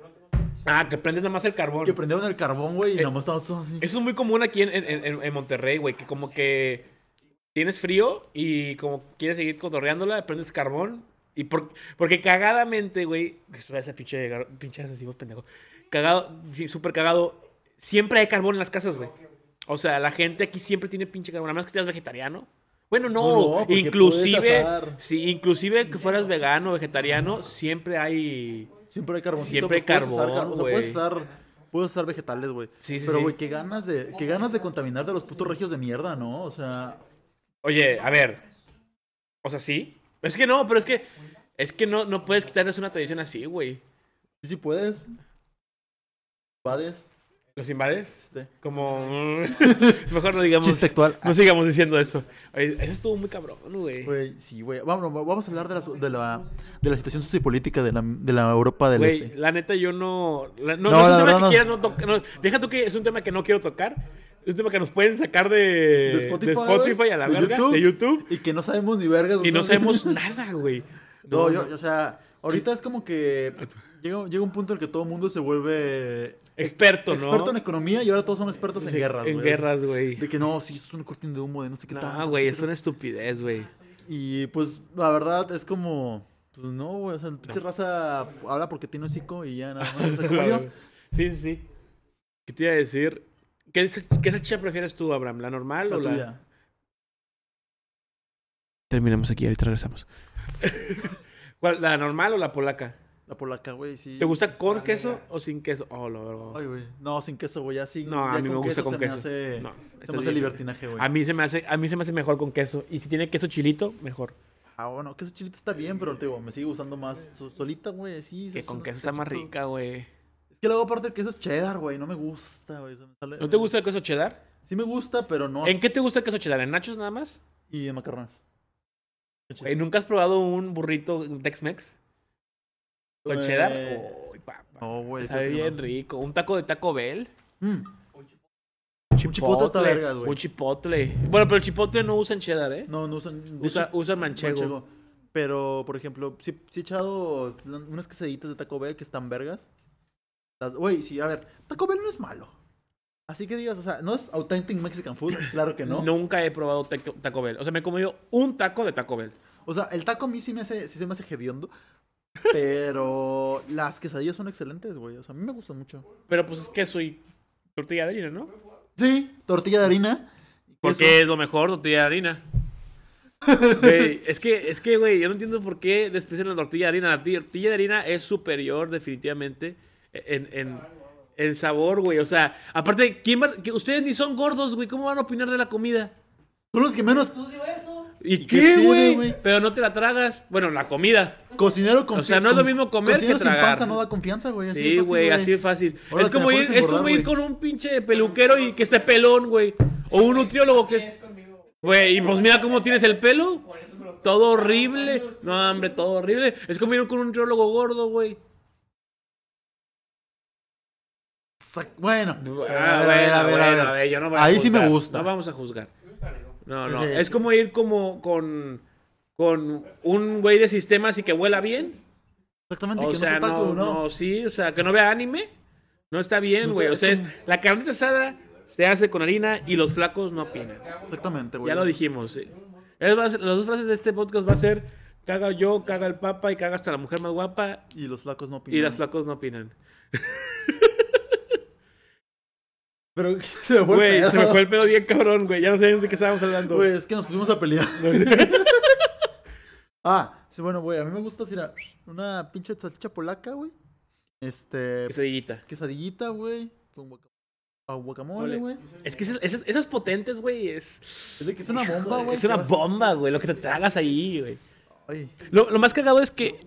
Ah, que prendes nada más el carbón. que prendieron el carbón, güey, y Eh, nada más estábamos todos así. Eso es muy común aquí en, en- en- en Monterrey, güey, que como que tienes frío y como quieres seguir cotorreándola, prendes carbón. Y por- porque cagadamente, güey, espera, ese pinche, gar- pinche asesino pendejo. Cagado, sí, súper cagado. Siempre hay carbón en las casas, güey. O sea, la gente aquí siempre tiene pinche carbón. Además que seas vegetariano Bueno, No, no, no, porque puedes inclusive, asar. sí, inclusive que fueras vegano o vegetariano, siempre hay... Siempre hay carboncito. Siempre hay pues, puedes asar carbón, car- O sea, güey. puedes usar... Puedes usar vegetales, güey. Sí, sí, Pero, sí. güey, qué ganas de... Qué ganas de contaminar de los putos regios de mierda, ¿no? O sea... Oye, a ver. O sea, sí. Es que no, pero es que... Es que no, no puedes quitarles una tradición así, güey. Sí, sí puedes. Vades. ¿Los invades? Este. Como... Mejor no digamos... Chiste actual. No sigamos diciendo eso. Oye, eso estuvo muy cabrón, güey. Güey, sí, güey. Vamos, vamos a hablar de la, so- de la, de la situación sociopolítica de la, de la Europa del Güey, Este. la neta yo no... la- no, No, no es un la tema verdad que no. quiera no tocar. deja tú que es un tema que no quiero tocar. Es un tema que nos pueden sacar de, de Spotify, güey, a la de verga, de YouTube. Y que no sabemos ni vergas. Y güey. no sabemos nada, güey. No, yo, o sea, ahorita es como que llega, llega un punto en el que todo el mundo se vuelve Experto, ¿no? experto en economía y ahora todos son expertos en guerras, En güey. guerras, güey. De que no, sí, eso es una cortina de humo de no sé qué No, tanto, güey, no es sé qué una estupidez, güey. Y pues la verdad es como, pues no, güey, o sea, pinche raza habla porque tiene hocico y ya nada más. O sea, como yo. sí, sí, sí. ¿Qué te iba a decir? ¿Qué, es- qué salchicha prefieres tú, Abraham? ¿La normal La o la...? tuya. Terminamos aquí, ahorita regresamos. ¿Cuál, ¿La normal o la polaca? La polaca, güey, sí. ¿Te gusta con La queso negra. o sin queso? Oh, lo vergo. Ay, güey. No, sin queso, güey, así. No, a mí me gusta con queso. Se me hace, No, se está me hace bien. libertinaje, güey. A mí se me hace, a mí se me hace mejor con queso. Y si tiene queso chilito, mejor. Ah, bueno, queso chilito está bien, pero te digo, me sigue gustando más so- solita, güey, sí. Eh, Que es con una queso está más salchichita. rica, güey. Es que luego aparte el queso es cheddar, güey, no me gusta, güey. se me sale- ¿No te gusta el queso cheddar? Sí me gusta, pero no. ¿En qué te gusta el queso cheddar? ¿En nachos nada más? Y en macarrones. Güey, ¿Nunca has probado un burrito Tex-Mex con Eh, cheddar? Oh, Uy, papá. No, güey. Sabe fíjate que bien no. rico. Un taco de Taco Bell. Mm, Un chipotle está vergas, güey. Un chipotle. Bueno, pero el chipotle no usan cheddar, ¿eh? No, no usan. de Usa- hecho, usan manchego. Pero, por ejemplo, sí, sí he echado unas quesaditas de Taco Bell que están vergas. Las- Güey, sí, a ver, Taco Bell no es malo. Así que digas, o sea, ¿no es authentic Mexican food? Claro que no. Nunca he probado teco- Taco Bell. O sea, me he comido un taco de Taco Bell. O sea, el taco a mí sí, me hace, sí se me hace hediondo. Pero las quesadillas son excelentes, güey. O sea, a mí me gustan mucho. Pero pues es queso y tortilla de harina, ¿no? Sí, tortilla de harina. Porque es lo mejor, tortilla de harina. Güey, es que, es que, güey, yo no entiendo por qué desprecian la tortilla de harina. La ti- tortilla de harina es superior, definitivamente, e-, en, en, en sabor, güey. O sea, aparte, ¿quién va- que ustedes ni son gordos, güey. ¿Cómo van a opinar de la comida? Son los que menos Estudio eso. ¿Y, qué qué, tiene, güey? güey? Pero no te la tragas. Bueno, la comida. cocinero con O sea, no es lo con- mismo comer cocinero que sin tragar. panza no da confianza, güey. así de Sí, fácil, güey, así de fácil. Ahora es te la como, ir, pones a es como engordar, ir güey. con un pinche peluquero y que esté pelón, güey. O un nutriólogo que es... conmigo. Güey, y pues mira cómo tienes el pelo. Por eso me lo Todo horrible. No, hombre, todo horrible. Es como ir con un nutriólogo gordo, güey. Sa- Bueno, Ah, bueno, bueno, a ver, yo no voy a Ahí sí juzgar. me gusta. No vamos a juzgar. No, no. Sí, Es sí. como ir como con, con un güey de sistemas y que huela bien. Exactamente, O que sea, no sea taco, no, ¿no? no, sí, o sea, que no vea anime. No está bien, No güey. sé, O es sea, es, como- la carnita asada se hace con harina y los flacos no opinan. Exactamente, güey. Ya lo dijimos. sí. Es más, las dos frases de este podcast va a ser caga yo, caga el papa y caga hasta la mujer más guapa Y los flacos no y opinan. las flacos no opinan. Pero se me fue el Güey, se me pedo. fue el pedo bien cabrón, güey. Ya no sabíamos de qué estábamos hablando. Güey, es que nos pusimos a pelear. ah, sí, bueno, güey, a mí me gusta hacer a- una pinche salchicha polaca, güey. Este, Quesadillita. quesadillita, güey, con guaca- a guacamole, Ole. güey. Es que esas, esas- esas potentes, güey, es... Es de que es una bomba, güey. Es que una vas- bomba, güey, lo que te tragas ahí, güey. Ay, Lo, lo más cagado es que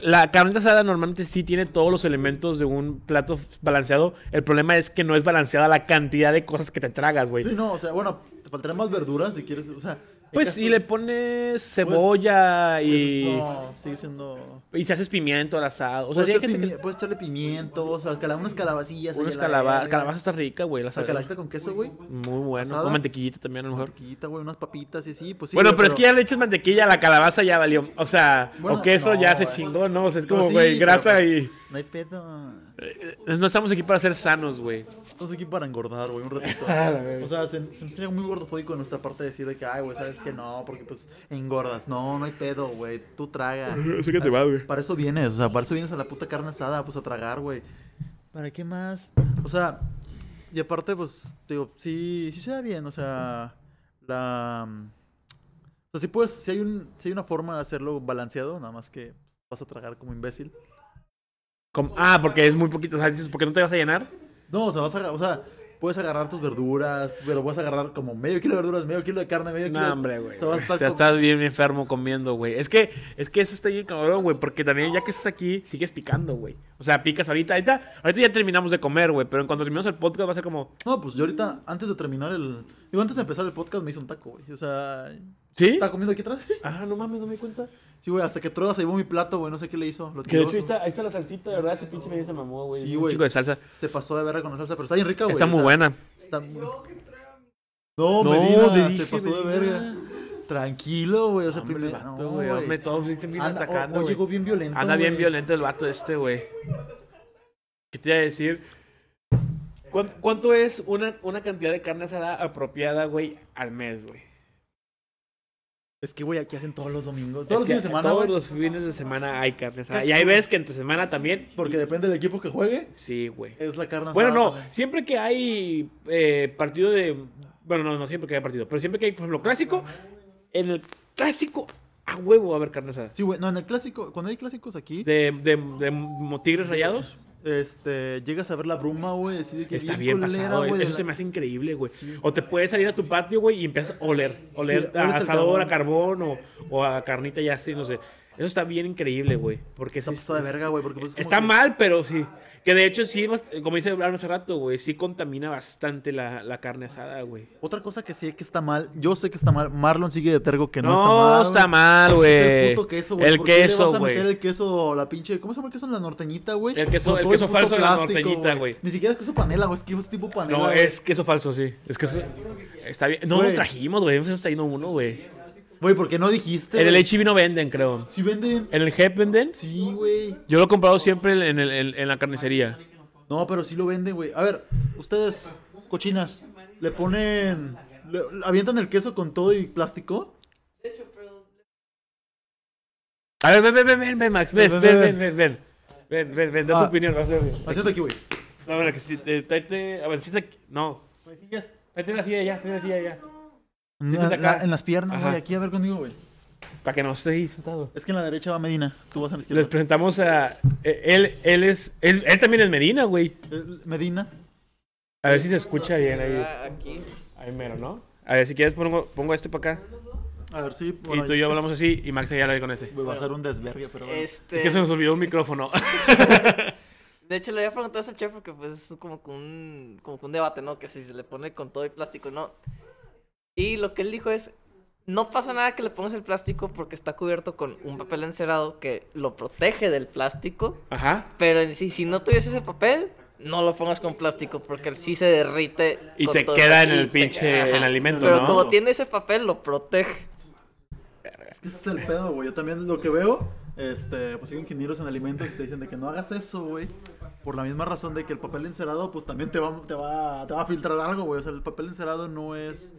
la carnita asada normalmente sí tiene todos los elementos de un plato balanceado. El problema es que no es balanceada la cantidad de cosas que te tragas, güey. Sí, no, o sea, bueno, te faltarán más verduras si quieres, o sea. en pues caso- si le pones cebolla pues, y, no, sigue siendo. y si haces pimiento al asado. O sea, Puedes, hay hacer gente pimi- que... puedes echarle pimiento, o sea, cala- unas calabacillas. ahí Unos a la calabazas. verga. Calabaza está rica, güey. la O sea, asada. calabacita con queso, güey. Muy bueno. asada. Con mantequillita también a lo mejor. Mantequillita, güey, unas papitas y así, pues sí. bueno, güey, pero, es que ya le echas mantequilla a la calabaza ya valió. O sea, o Bueno, queso no, ya se güey. chingó, ¿no? O sea, es No, como, sí, güey, pero grasa pues- y... No hay pedo. Eh, No estamos aquí para ser sanos, güey. Estamos aquí para engordar, güey, un ratito. o sea, se, se nos sería muy gordofóbico de nuestra parte decir de que, ay, güey, sabes que no, porque pues engordas. No, no hay pedo, güey, tú traga. Así que te vas, güey. Para eso vienes, o sea, para eso vienes a la puta carne asada, pues a tragar, güey. ¿Para qué más? O sea, y aparte, pues, te digo, sí, sí se da bien, o sea, la, sea, sí, puedes, sí hay, un, sí hay una forma de hacerlo balanceado, nada más que vas a tragar como imbécil. Como- ah, porque es muy poquito. O sea, dices, porque no te vas a llenar. No, o sea, vas a, o sea, puedes agarrar tus verduras, pero vas a agarrar como medio kilo de verduras, medio kilo de carne, medio kilo No, de... hombre, güey. O sea, vas a Estás estar como- estás bien enfermo comiendo, güey. Es que, es que eso está bien cabrón, güey. Porque también ya que estás aquí, sigues picando, güey. O sea, picas ahorita. Ahorita, ahorita ya terminamos de comer, güey. Pero en cuanto terminemos el podcast va a ser como... No, pues yo ahorita, antes de terminar el... Digo, antes de empezar el podcast me hice un taco, güey. O sea, ¿Sí? ¿estaba comiendo aquí atrás? Ah, no mames, no me di cuenta. Sí, güey, hasta que Troga se llevó mi plato, güey, no sé qué le hizo. Lo Que de tiró, hecho ahí su- está, ahí está la salsita, de verdad, ese pinche medio se mamó, güey. Sí, Un güey, chico de salsa. se pasó de verga con la salsa, pero está bien rica, güey. está o muy sea, buena. Está muy... No, No, Medina, te se dije, pasó de Medina. verga. Tranquilo, güey, o sea, Hombre, el primero... vato, no, güey. güey. Hombre, todos se vienen Anda, atacando, o- o güey. llegó bien violento, Anda bien güey. violento el vato este, güey. ¿Qué te iba a decir? ¿Cuán- ¿Cuánto, es una, una cantidad de carne asada apropiada, güey, al mes, güey? Es que, güey, aquí hacen todos los domingos. Todos los Es que fines de semana, Todos güey. los fines de semana hay carne asada. Y hay veces que entre semana también. Porque depende del equipo que juegue, Sí, güey. es la carne Bueno, asada no, también. siempre que hay eh, partido de... Bueno, no, no siempre que hay partido, pero siempre que hay, por ejemplo, clásico, en el clásico, a huevo va a haber carne asada. Sí, güey, no, en el clásico, cuando hay clásicos aquí, De, de, de mo- tigres rayados. este, llegas a ver la bruma, güey, así de que Está bien culera, pasado, güey, de eso la- se me hace increíble, güey. O te puedes salir a tu patio, güey, y empiezas a oler, oler Sí, a hueles el asador, a carbón o, o a carnita ya así, no sé. Eso está bien increíble, güey, porque Está sí- pasado de verga, güey, porque pues es como está que- mal, pero sí. Que de hecho sí, hemos- como dice Abraham hace rato, güey, sí contamina bastante la, la carne asada, güey. Otra cosa que sí que está mal, yo sé que está mal, Marlon sigue de tergo que no, No, está mal. mal, güey. güey. Es El puto queso, güey. El ¿Por qué le queso, vas a meter güey. el queso, la pinche. ¿Cómo se llama el queso en la norteñita, güey? El queso- Con el todo queso puto falso de la plástico, norteñita, güey. Ni siquiera es queso panela, güey. Es queso tipo panela. No, güey. es queso falso, sí. Es queso. Está bien. No Güey. nos trajimos, güey. Hemos traído uno, güey. Güey, ¿por qué no dijiste? En el güey? HB no venden, creo. Sí venden. En el HEP venden. Sí, güey. Yo lo he comprado siempre en, en el- en- en la carnicería. No, pero sí lo venden, güey. A ver, ustedes, cochinas, le ponen. le- le avientan el queso con todo y plástico. A ver, ven, ven, ven, ven, ven, Max. Ves, Ven, ven, ven, ven, ven, ven. Ven, ven, ven, da tu Ah. opinión. vas a ver. Haciendo aquí, güey. No, mira, que si te, tráete- A ver, si te. No. Pues sí, ya. Tráete la silla ya, tráete la silla ya. En, Siéntate la- acá. en las piernas, Ajá. güey. Aquí a ver conmigo, güey. Para que no esté ahí sentado. Es que en la derecha va Medina. Tú vas a la izquierda. Les presentamos a. eh, Él, él es. Él, él también es Medina, güey. Eh, Medina. A ver si se escucha bien ahí. Aquí. Ahí mero, ¿no? A ver, si quieres pongo, pongo este para acá. A ver, sí. Y tú y yo hablamos así y Max ya la ve con este. Voy a hacer un desvergue, pero. bueno. Es Este, que se nos olvidó un micrófono. de hecho le había preguntado eso al chef porque pues es como que un como que un debate, ¿no? Que si se le pone con todo el plástico, no. Y lo que él dijo es no pasa nada que le pongas el plástico porque está cubierto con un papel encerado que lo protege del plástico, Ajá. pero en sí si no tuviese ese papel no lo pongas con plástico porque sí se derrite Y con te todo queda en y el te- pinche. ajá. En el alimento, Pero ¿no? como tiene ese papel lo protege. Es que ese es el pedo, güey. Yo también lo que veo, este, pues hay ingenieros en alimentos que te dicen de que no hagas eso, güey. Por la misma razón de que el papel encerado, pues también te va, te va, te va a filtrar algo, güey. O sea, el papel encerado no es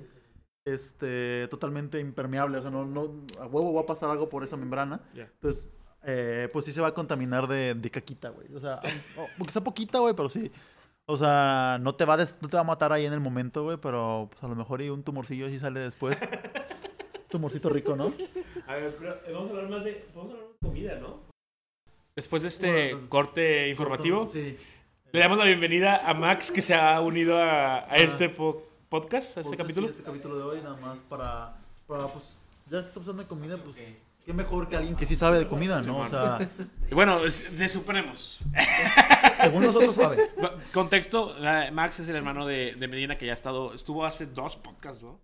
este, totalmente impermeable. O sea, no, no, a huevo va a pasar algo por esa membrana. Ya. Entonces, eh, pues sí se va a contaminar de, de caquita, güey. O sea, aun- aunque sea poquita, güey, pero sí. O sea, no te, va a des- no te va a matar ahí en el momento, güey, pero pues, a lo mejor y un tumorcillo sí sale después. Tumorcito rico, ¿no? A ver, pero eh, vamos a hablar más de, vamos a hablar de comida, ¿no? Después de este corte informativo, Este Sí. le damos la bienvenida a Max que se ha unido a, a este po- podcast, a este Porque capítulo. Ah. sí, Este capítulo de hoy, nada más para, para pues, ya que estamos hablando de comida, pues, qué mejor que alguien que sí sabe de comida, ¿no? O sea, Y Bueno, es- de- suponemos. según nosotros sabe. Va- Contexto, la- Max es el hermano de, de Medina que ya ha estado, estuvo hace dos podcasts, ¿no?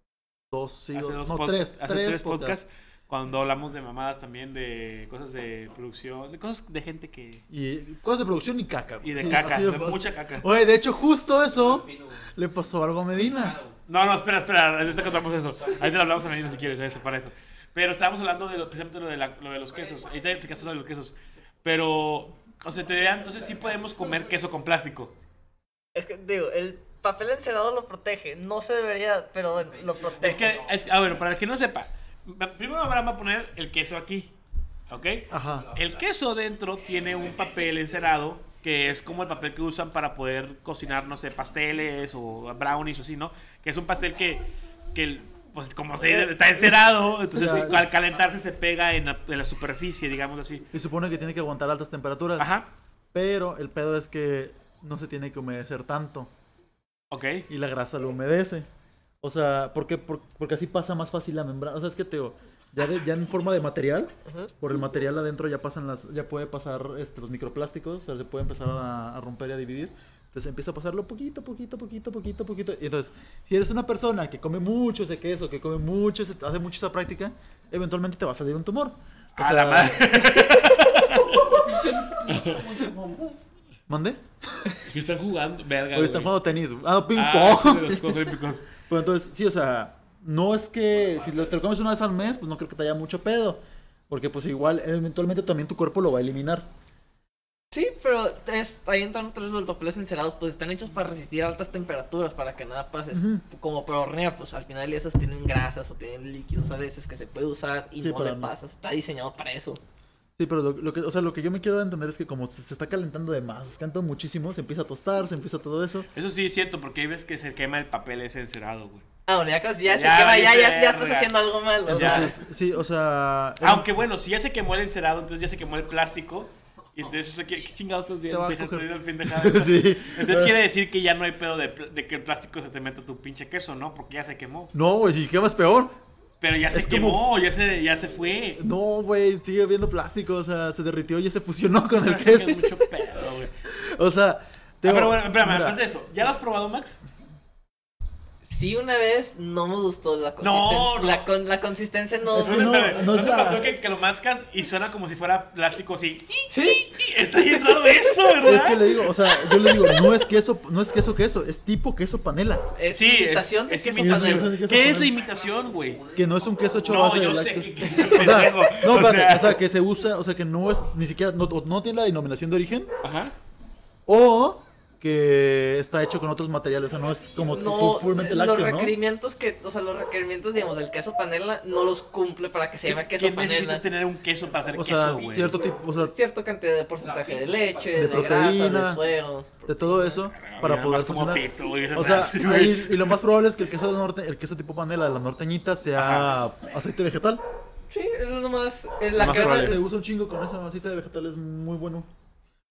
Dos, sí, hace dos, dos no, pod- tres, hace tres, tres podcasts. Cuando hablamos de mamadas también, de cosas de producción, de cosas de gente que... Y cosas de producción y caca. güey. Y de Sí, caca, así de mucha caca. Oye, de hecho, justo eso le pasó algo a Medina. No, no, espera, espera, este ahorita contamos eso. Ahorita lo hablamos a Medina si quieres, este, para eso. Pero estábamos hablando de lo, precisamente lo de, la- lo de los quesos. Ahí te explicaste lo de los quesos. Pero, o sea, te diría, entonces sí podemos comer queso con plástico. Es que digo, el papel encerado lo protege, no se debería, pero bueno, lo protege. Es que, es, ah, bueno, para el que no sepa, primero Abraham va a poner el queso aquí, ¿ok? Ajá. El queso dentro tiene un papel encerado que es como el papel que usan para poder cocinar, no sé, pasteles o brownies o así, ¿no? Que es un pastel que, que el- pues como se, está encerado, entonces Ya, sí, al calentarse se pega en la, en la superficie, digamos así. Y supone que tiene que aguantar altas temperaturas. Ajá, Pero el pedo es que no se tiene que humedecer tanto. ok. y la grasa lo humedece. O sea, porque, por- porque así pasa más fácil la membrana. O sea, es que te digo, ya, de- ya en forma de material, Ajá. por el material adentro ya pasan las, ya puede pasar este, los microplásticos, o sea, se puede empezar a, a romper y a dividir. Entonces empieza a pasarlo poquito, poquito, poquito, poquito, poquito. Y entonces, si eres una persona que come mucho ese queso, que come mucho, ese- hace mucho esa práctica, eventualmente te va a salir un tumor. O A la sea, madre. ¿Mande? Que están jugando, verga. Hoy están güey. jugando tenis. Ah, no, ping Ah, pong. sí, de los Juegos Olímpicos. Pero entonces, sí, o sea, no es que si lo- te lo comes una vez al mes, pues no creo que te haya mucho pedo. Porque pues igual, eventualmente también tu cuerpo lo va a eliminar. Sí, pero es- ahí entran otros los papeles encerados, pues están hechos para resistir altas temperaturas, para que nada pase. Es Ujú. Como para hornear, pues al final esas tienen grasas o tienen líquidos a veces que se puede usar y Sí, no para le no- pasas. Está diseñado para eso. Sí, pero lo, lo que, o sea, lo que yo me quiero entender es que como se, se está calentando de más, se canta muchísimo, se empieza a tostar, se empieza todo eso. Eso sí es cierto, porque ahí ves que se quema el papel ese encerado, güey. Ah, bueno, ya casi, ya, se Ya, quema, ya, viste, ya, ya estás verga. haciendo algo mal. o sea, Entonces, sí, o sea... eh, Aunque bueno, si ya se quemó el encerado, entonces ya se quemó el plástico. Y entonces eso aquí, ¿qué chingados estás viendo? va a Deja coger. tu vida al pendejada. sí. Entonces quiere decir que ya no hay pedo de, pl- de que el plástico se te meta a tu pinche queso, ¿no? Porque ya se quemó. No, güey, si quemas peor. Pero ya se Es quemó, como- ya, se, ya se fue. No, güey, sigue habiendo plástico, o sea, se derritió y se fusionó con el Es queso. mucho pedo, güey. O sea... te Ah, digo, pero bueno, espérame, mira, aparte de eso, ¿ya lo has probado, Max? sí, una vez no me gustó la consistencia. No, no. La, con- la consistencia no. Es que Espérame, no, espérame, no ¿No te está- pasó que, que lo mascas y suena como si fuera plástico así? Sí, Está bien raro eso, ¿verdad? es que le digo, o sea, yo le digo, no es queso, no es queso queso, es tipo queso panela. Es Sí, es- imitación de es queso imitación. panela. panela. ¿Qué es la imitación, güey? Que no es un queso hecho a No, base yo de sé lácteos. que- que es o sea, pendejo. no, O espérate, o sea, sea- que se usa, o sea, que no es ni siquiera no, o no tiene la denominación de origen Ajá. o que está hecho con otros materiales, o sea, no es como No, puramente los lácteo, ¿no? requerimientos que, o sea, los requerimientos, digamos, el queso panela no los cumple para que se llame queso ¿Quién necesita panela. tener un queso para hacer O sea, queso, güey? cierto tipo, o sea, Cierta cantidad de porcentaje de leche, De de, grasa, proteína. de suero. de todo eso para Mira, poder nomás como funcionar. pito, güey, O sea, así, güey. ahí- y lo más probable es que el queso de norte, el queso tipo panela de la norteñita sea aceite vegetal. Sí, es lo más. Es la Lo más grasa. probable. Se usa un chingo con esa aceite de vegetal, es muy bueno.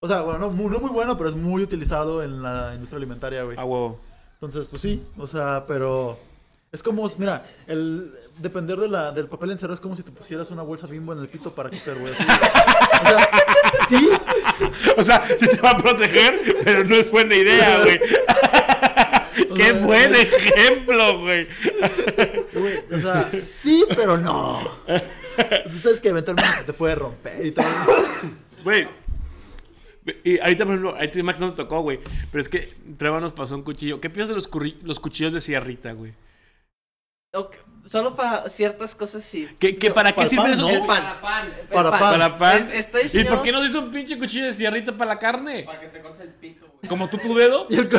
O sea, bueno, no muy, no muy bueno, pero es muy utilizado en la industria alimentaria, güey. Ah, huevo. Entonces, pues sí, o sea, pero es como, mira, el depender de la, del papel encerrado es como si te pusieras una bolsa bimbo en el pito para que te güey. así, güey. O sea, sí, O sea, sí te va a proteger, pero no es buena idea, güey. ¡Qué buen ejemplo, güey! güey, o sea, sí, pero no. Sabes que eventualmente se te puede romper y todo. Güey. Y ahorita, por ejemplo, ahorita Max no te tocó, güey. Pero es que Treva nos pasó un cuchillo. ¿Qué piensas de los, curri- los cuchillos de cigarrita, güey? Ok, Solo para ciertas cosas sí. ¿Qué, qué, ¿Para qué para el sirven pan, esos ¿no? El cu- pan. Para pan. El Para pan. ¿Para pan? Eh, Está ¿Y diseñado. por qué no se hizo un pinche cuchillo de cigarrita para la carne? Para que te cortes el pito, güey. ¿Como tú tu dedo? Y el co-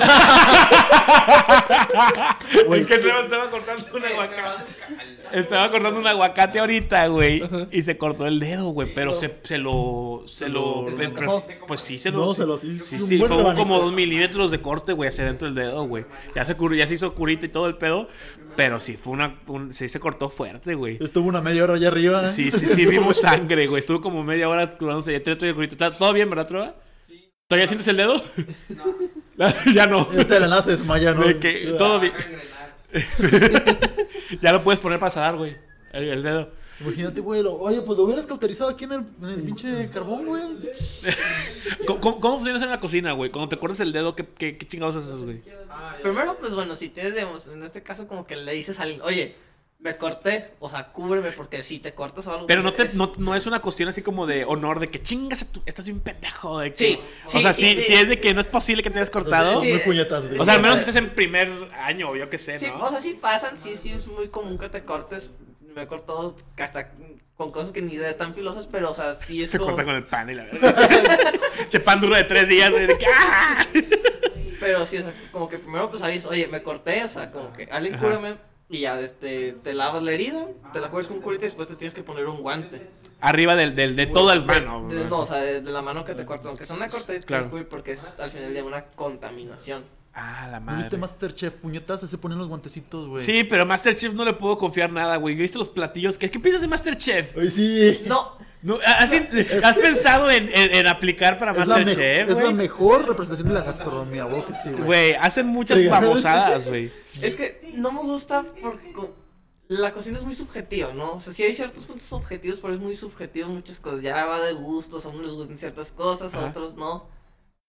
Güey. Es que Treva estaba cortando un Te aguacate. vas a escalar. Estaba cortando un aguacate ahorita, güey. Y se cortó el dedo, güey. Pero se, se lo. Se lo. lo- fue- se fue- pues sí, se lo. No, se lo- sí, Sí, un sí, buen fue un- abanico. como dos milímetros de corte, güey, hacia dentro del dedo, güey. Ya se, cur- ya se hizo curita y todo el pedo. Pero sí, fue una. un- sí, se cortó fuerte, güey. Estuvo una media hora allá arriba. ¿eh? Sí, sí, sí, vimos sangre, güey. Estuvo como media hora curándose. Ya tres tres curita. ¿Está todo bien, verdad, Trova? ¿Todavía sientes el dedo? No. ya no. Y ahorita de la nada se desmaya, ¿no? De que todo bien. Para engrenar. Ya lo puedes poner para salar, güey. El, el dedo. Imagínate, güey, lo- oye, pues lo hubieras cauterizado aquí en el, en el pinche carbón, güey. ¿Cómo, cómo, cómo funciona eso en la cocina, güey? Cuando te cortas el dedo, ¿qué, qué, qué chingados haces, güey? Ah, ya. Primero, pues bueno, si tienes, digamos, en este caso, como que le dices a alguien, oye, me corté, o sea, cúbreme, porque si te cortas o algo. Pero no, te, es- no, no es una cuestión así como de honor, de que chingas, a tu- estás bien pendejo. De que, Sí, o sea, sí, sí, y- sí es de que no es posible que te hayas cortado. Muy Sí. puñetazo. o sea, al menos sí. que estés en primer año, o yo qué sé, Sí, ¿no? o sea, sí pasan, sí, sí, es muy común que te cortes. Me he cortado hasta con cosas que ni idea están filosas, pero, o sea, sí es Se como... corta con el pan y la verdad. che, pan duro de tres días, güey, de que, ¡ah! Pero sí, o sea, como que primero pues avisas, oye, me corté, o sea, como que alguien Ajá. cúrame. Y ya, este, te lavas la herida, te la cubres con curita y después te tienes que poner un guante. Arriba del, del, de todo el mano. De- no, o sea, de, de la mano que te cortan, aunque sea una corta, te Claro. tienes que cubrir porque es al final del día una contaminación. Ah, la ¿No madre. viste Masterchef? Puñetas, se ponen los guantecitos, güey. Sí, pero Masterchef no le puedo confiar nada, güey. ¿Viste los platillos? ¿Qué, qué piensas de Masterchef? Ay, sí. No, No, ¿Has, has pensado en, en- en aplicar para Es la, me- Masterchef, es la güey? mejor representación de la gastronomía, güey, que sí, güey. Güey, hacen muchas Oigan. babosadas, güey. es que no me gusta porque co- la cocina es muy subjetiva, ¿no? O sea, sí hay ciertos puntos objetivos, pero es muy subjetivo en muchas cosas. Ya va de gustos, a unos les gustan ciertas cosas, a Ajá. otros no.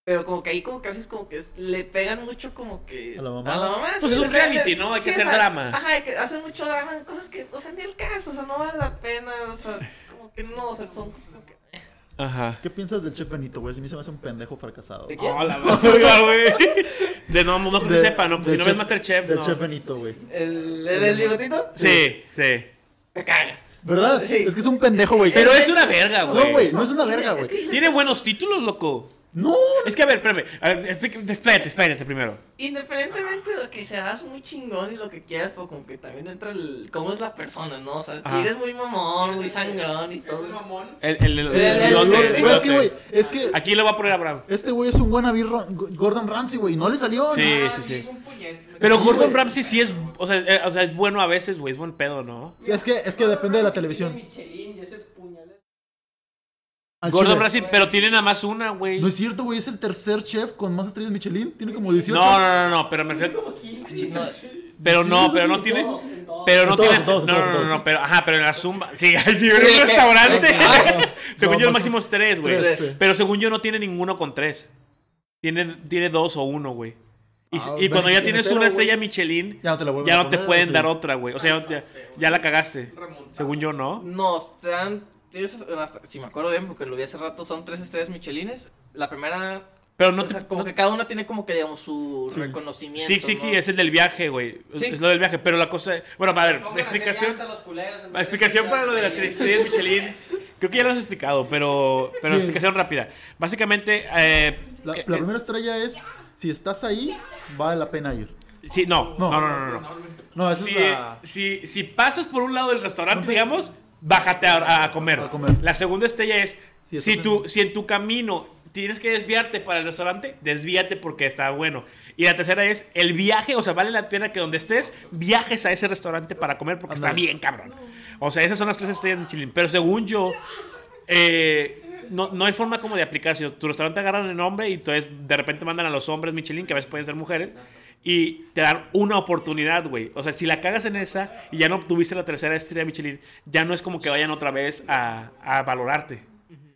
Pero como que ahí como que a veces como que es- le pegan mucho como que... A la mamá. A la mamá. Pues sí, es un le pegan- reality, ¿no? Hay que sí, hacer o sea, drama. Ajá, hay que hacen mucho drama en cosas que, o sea, ni el caso, o sea, no vale la pena, o sea, como que no, o sea, son cosas como que... Ajá. ¿Qué piensas del Chef Benito, güey? Si a mí se me hace un pendejo fracasado. ¿De güey. quién? Oh, la verga, güey. De no, no que no Del- sepa, ¿no? Pues si del no Chef- ves Masterchef, Del no. Chef Benito, güey. ¿El, el, el bigotito? Sí, sí. Me caga. ¿Verdad? Sí. Es que es un pendejo, güey. Pero es una verga, No, güey. güey, no es una verga, Es güey. que Tiene buenos títulos, loco. No. Es que, a ver, espérame. A ver, explí- espérate, espérate primero. Independientemente de que seas muy chingón y lo que quieras, pero como que también entra el cómo es la persona, ¿no? O sea, Ajá. si eres muy mamón, muy sangrón y Es el todo. mamón. El, el, el- Sí, el sí, bigote, el sí, sí. Güey, es que, bigote. güey, es que Aquí lo va a poner Abraham. este güey es un wannabe Ro- Gordon Ramsay, güey. No le salió. Sí, ¿no? sí, Ah, sí. Es un puñete. Pero Gordon güey. Ramsay sí es, o sea, eh, o sea, es bueno a veces, güey, es buen pedo, ¿no? Sí, es que, es que depende de la televisión. Michelin y ese puñal. Al Gordon chile. Ramsay, pero tiene nada más una, güey. No No, es cierto, güey. Es el tercer chef con más estrellas Michelin. Tiene como 18. no, no, no, pero me refiero, No, pero no, pero no tiene, pero no Todos, tiene, no, todos, no, todos, no, no, todos. pero, ajá, pero en la zumba, sí, sí, en un restaurante, según yo el máximo es tres, güey, pues, tres, Tres. sí. pero según yo no tiene ninguno con tres, tiene, tiene dos o uno, güey. Y, Ah, y cuando ya beneficio tienes cero, una güey. estrella Michelin, Ya no te la vuelven ya a no te poner, pueden sí. dar otra, güey. O sea, ya, ya la cagaste. Remontado. Según yo, ¿no? no, te dan. tienes- hasta- si me acuerdo bien, porque lo vi hace rato, son tres estrellas Michelines. La primera, Pero no o te- sea, como no- que cada una tiene como que, digamos, su reconocimiento. Sí, sí, sí, ¿no? es el del viaje, güey. Es- Sí. Es lo del viaje, pero la cosa. Bueno, a ver, Pongan la explicación. así llantas los culeros, en vez La de explicación para lo de las quitar- estrellas Michelin. Creo que ya lo has explicado, pero, pero Sí. explicación rápida. Básicamente, eh, La, eh, la primera estrella es: si estás ahí, vale la pena ir. sí, no, no, No. no, no, no, no. No, esa Si, eh, es la. si, si pasas por un lado del restaurante, No te- digamos, bájate a, a comer. A comer. La segunda estrella es, Si si, estás tú, en- si en tu camino tienes que desviarte para el restaurante, desvíate porque está bueno. Y la tercera es, el viaje, o sea, vale la pena que donde estés, viajes a ese restaurante para comer porque está Ándale. bien, cabrón. O sea, esas son las tres estrellas en Chile. Pero según yo, eh, no, no hay forma como de aplicar. Si tu restaurante agarran el nombre y entonces de repente mandan a los hombres Michelin, que a veces pueden ser mujeres, y te dan una oportunidad, güey. O sea, si la cagas en esa y ya no obtuviste la tercera estrella Michelin, ya no es como que vayan otra vez a, a valorarte.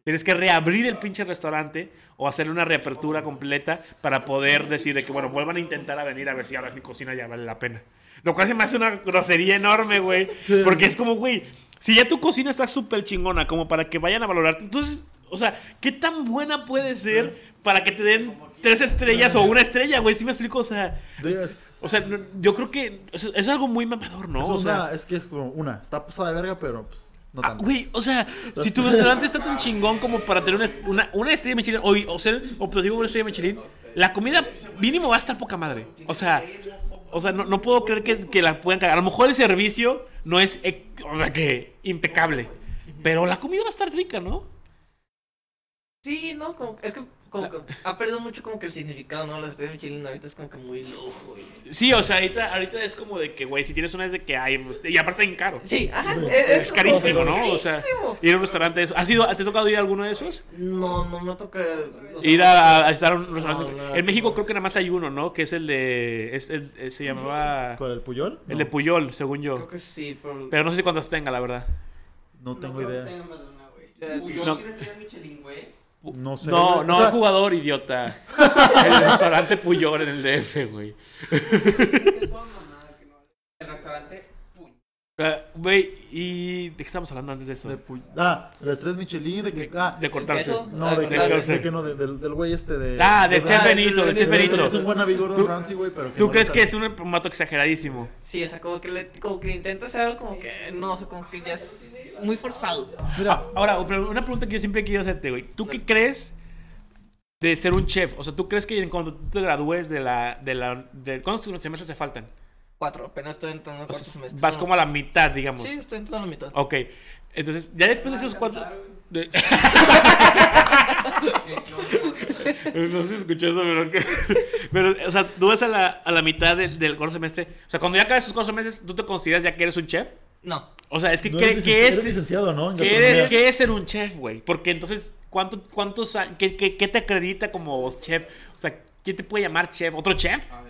Tienes que reabrir el pinche restaurante o hacer una reapertura completa para poder decir de que, bueno, vuelvan a intentar a venir a ver si ahora mi cocina ya vale la pena. Lo cual se me hace una grosería enorme, güey. Porque es como, güey, si ya tu cocina está súper chingona como para que vayan a valorarte, entonces, o sea, ¿qué tan buena puede ser para que te den tres estrellas o una estrella, güey? ¿Sí me explico? O sea, des- o sea no- yo creo que es, es algo muy mamador, ¿no? es, o una- sea, es que es como una. Está pasada de verga, pero pues. No Ah, tanto. Güey, o sea, si tu restaurante está tan chingón como para tener una, una, una estrella Michelin o, o ser objetivo una estrella Michelin, la comida mínimo va a estar poca madre. O sea, o sea no, no puedo creer que, que la puedan cagar. A lo mejor el servicio no es ec- o sea, que impecable, pero la comida va a estar rica, ¿no? Sí, no, como, es que como que ha perdido mucho como que el significado, ¿no? Las estrellas Michelin ahorita es como que muy lujo, güey. Sí, o sea, ahorita, ahorita es como de que, güey, si tienes una es de que hay, y aparte está bien caro. Sí, ajá, es, Es carísimo, ¿no? O sea, ir a un restaurante de esos. ¿Has ido, ¿Te ha tocado ir a alguno de esos? No, no me toca. o sea, Ir a, a estar a un restaurante. No, no, en México no. creo que nada más hay uno, ¿no? Que es el de. es el- eh, se llamaba. ¿Con el Puyol? El No, de Puyol, según yo. Creo que sí, pero. Pero no sé si cuántas tenga, la verdad. no tengo idea. eh, Uy, yo No. tiene estrellas Michelin, güey. No sé. No, güey. no, O sea, jugador idiota. El restaurante Puyol en el DF, güey. El restaurante. Uy, Ah, Güey, ¿y de qué estamos hablando antes de eso? de De, Puy- Ah, de las tres Michelin, de que. Ah, cortarse. queso? no, de que. Ah, De, sí. que no, de- del, del güey este de. Ah, de de- Chef Ah, Benito, de- de Chef de- Benito. Es un wannabe Gordon ¿Tú- Ramsey, güey, pero que ¿Tú no crees le que sale. es un formato exageradísimo? Sí, o sea, como que, le, como que intenta hacer algo como que. No, o sea, como que ya es muy forzado. Mira, Ah, Ahora, pero una pregunta que yo siempre he querido hacerte, güey. ¿Tú qué crees de ser un chef? O sea, ¿tú crees que en cuando tú te gradúes de la... De la de, ¿Cuántos semestres te faltan? Cuatro, apenas estoy entrando O al cuarto sea, semestre. vas como a la mitad, digamos. Sí, estoy entrando a la mitad. Ok. Entonces, ya después de esos cuatro... De- eh, No se escuchó eso, pero que- Pero, o sea, tú vas a la, a la mitad del, del cuarto semestre. O sea, cuando ya acabas tus cuatro semestres, ¿tú te consideras ya que eres un chef? No. O sea, es que, No ¿qué, eres qué licenci- es, Eres licenciado, ¿no? En qué gastronomía. es, qué es ser un chef, güey? Porque entonces, ¿cuánto, cuántos, a- qué, qué- qué te acredita como chef? O sea, ¿quién te puede llamar chef? ¿Otro chef? Ah,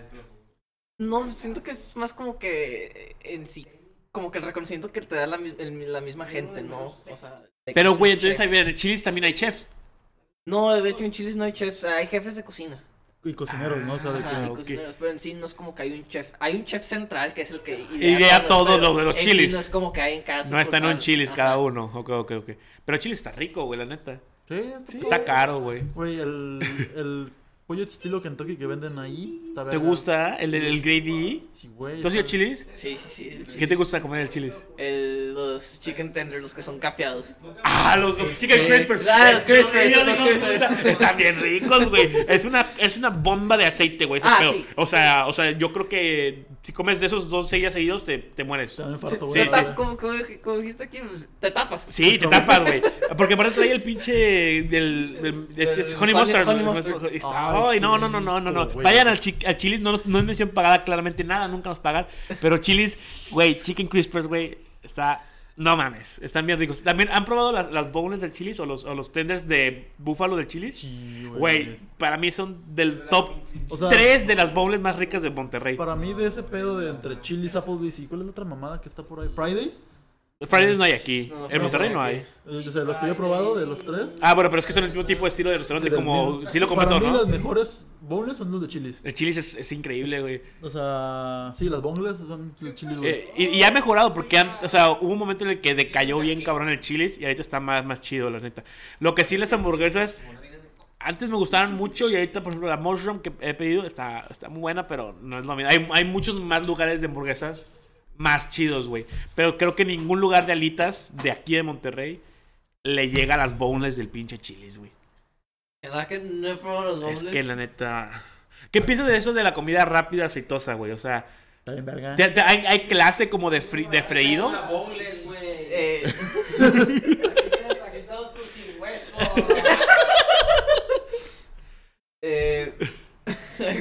No, siento que es más como que en sí. Como que el reconocimiento que te da la, mi- el- la misma gente, ¿no? O sea. pues de que Pero, es güey, un entonces chef. ahí en Chilis también hay chefs. No, de hecho en Chiles no hay chefs, hay jefes de cocina. Y cocineros, ¿no? O sea, de Ajá, y que... ok. cocineros, pero en sí no es como que hay un chef. Hay un chef central que es el que Idea todo lo de los en sí chiles. no es como que hay en cada No están en un sucursal. Chilis Ajá. cada uno. Ok, ok, ok. Pero Chilis está rico, güey, la neta. Sí, sí. Está caro, güey. Güey, el, el pollo estilo Kentucky que venden ahí está ¿Te verga. gusta el, el, el gravy? Sí, güey. ¿Tú has ido a está- Chilis? Sí, sí, sí. el ¿Qué Chili's. te gusta comer el Chilis? El- los chicken tenders, los que son capeados. Ah, los, los chicken Sí. crispers. Ah, los crispers, Dios mío, los no, crispers. puta, Están bien ricos, güey. Es una, es una bomba de aceite, güey. ese Ah, pedo. sí. O sea, o sea, yo creo que si comes de esos dos días seguidos te, te mueres. Te da un infarto, Sí, güey. Te la tap- verga. como, como dij- como dijiste aquí, pues, te tapas. Sí, te tapas, güey. Porque aparte trae el pinche del, del- es- es El honey honey- mustard. honey ¿no? mustard. Está- Ay, Ay, no, qué no, no, no, no, no. rico, güey. Vayan al, chi- al Chili's, no, nos- no es mención pagada claramente nada, nunca nos pagan. Pero Chili's, güey, chicken crispers, güey, está... No mames, están bien ricos. También han probado las, las boneless del Chili's o los, o los tenders de búfalo del Chili's. Sí, este, Güey, para mí son del top O sea- 3 de las bowls más ricas de Monterrey. Para mí, de ese pedo de entre Chili's, Applebee's y cuál es la otra mamada que está por ahí, Fridays. Fridays no hay aquí. No, en Fridays Monterrey no no hay hay. aquí. Eh, o sea, los que yo he probado de los tres. Ah, bueno, pero es que son el mismo tipo de estilo de sí, restaurante, del como mismo. estilo Para completo, mí, ¿no? las mejores boneless son los de Chili's. El Chili's es, es increíble, güey. O sea, sí, las boneless son los Chili's, güey. Eh, y, y ha mejorado porque, han- o sea, hubo un momento en el que decayó bien cabrón el Chili's y ahorita está más, más chido, la neta. Lo que sí, las hamburguesas antes me gustaban mucho y ahorita, por ejemplo, la mushroom que he pedido está, está muy buena, pero no es lo mismo. Hay, hay muchos más lugares de hamburguesas más chidos, güey. Pero creo que ningún lugar de alitas de aquí de Monterrey le llega a las boneless del pinche Chili's, güey. ¿Verdad que no he probado los Es dobles? que la neta... ¿Qué piensas de eso de la comida rápida aceitosa, güey? O sea, Está bien, verga. ¿te- te- hay, hay clase como de, fri- de freído? Una bowling, güey. Eh, eh,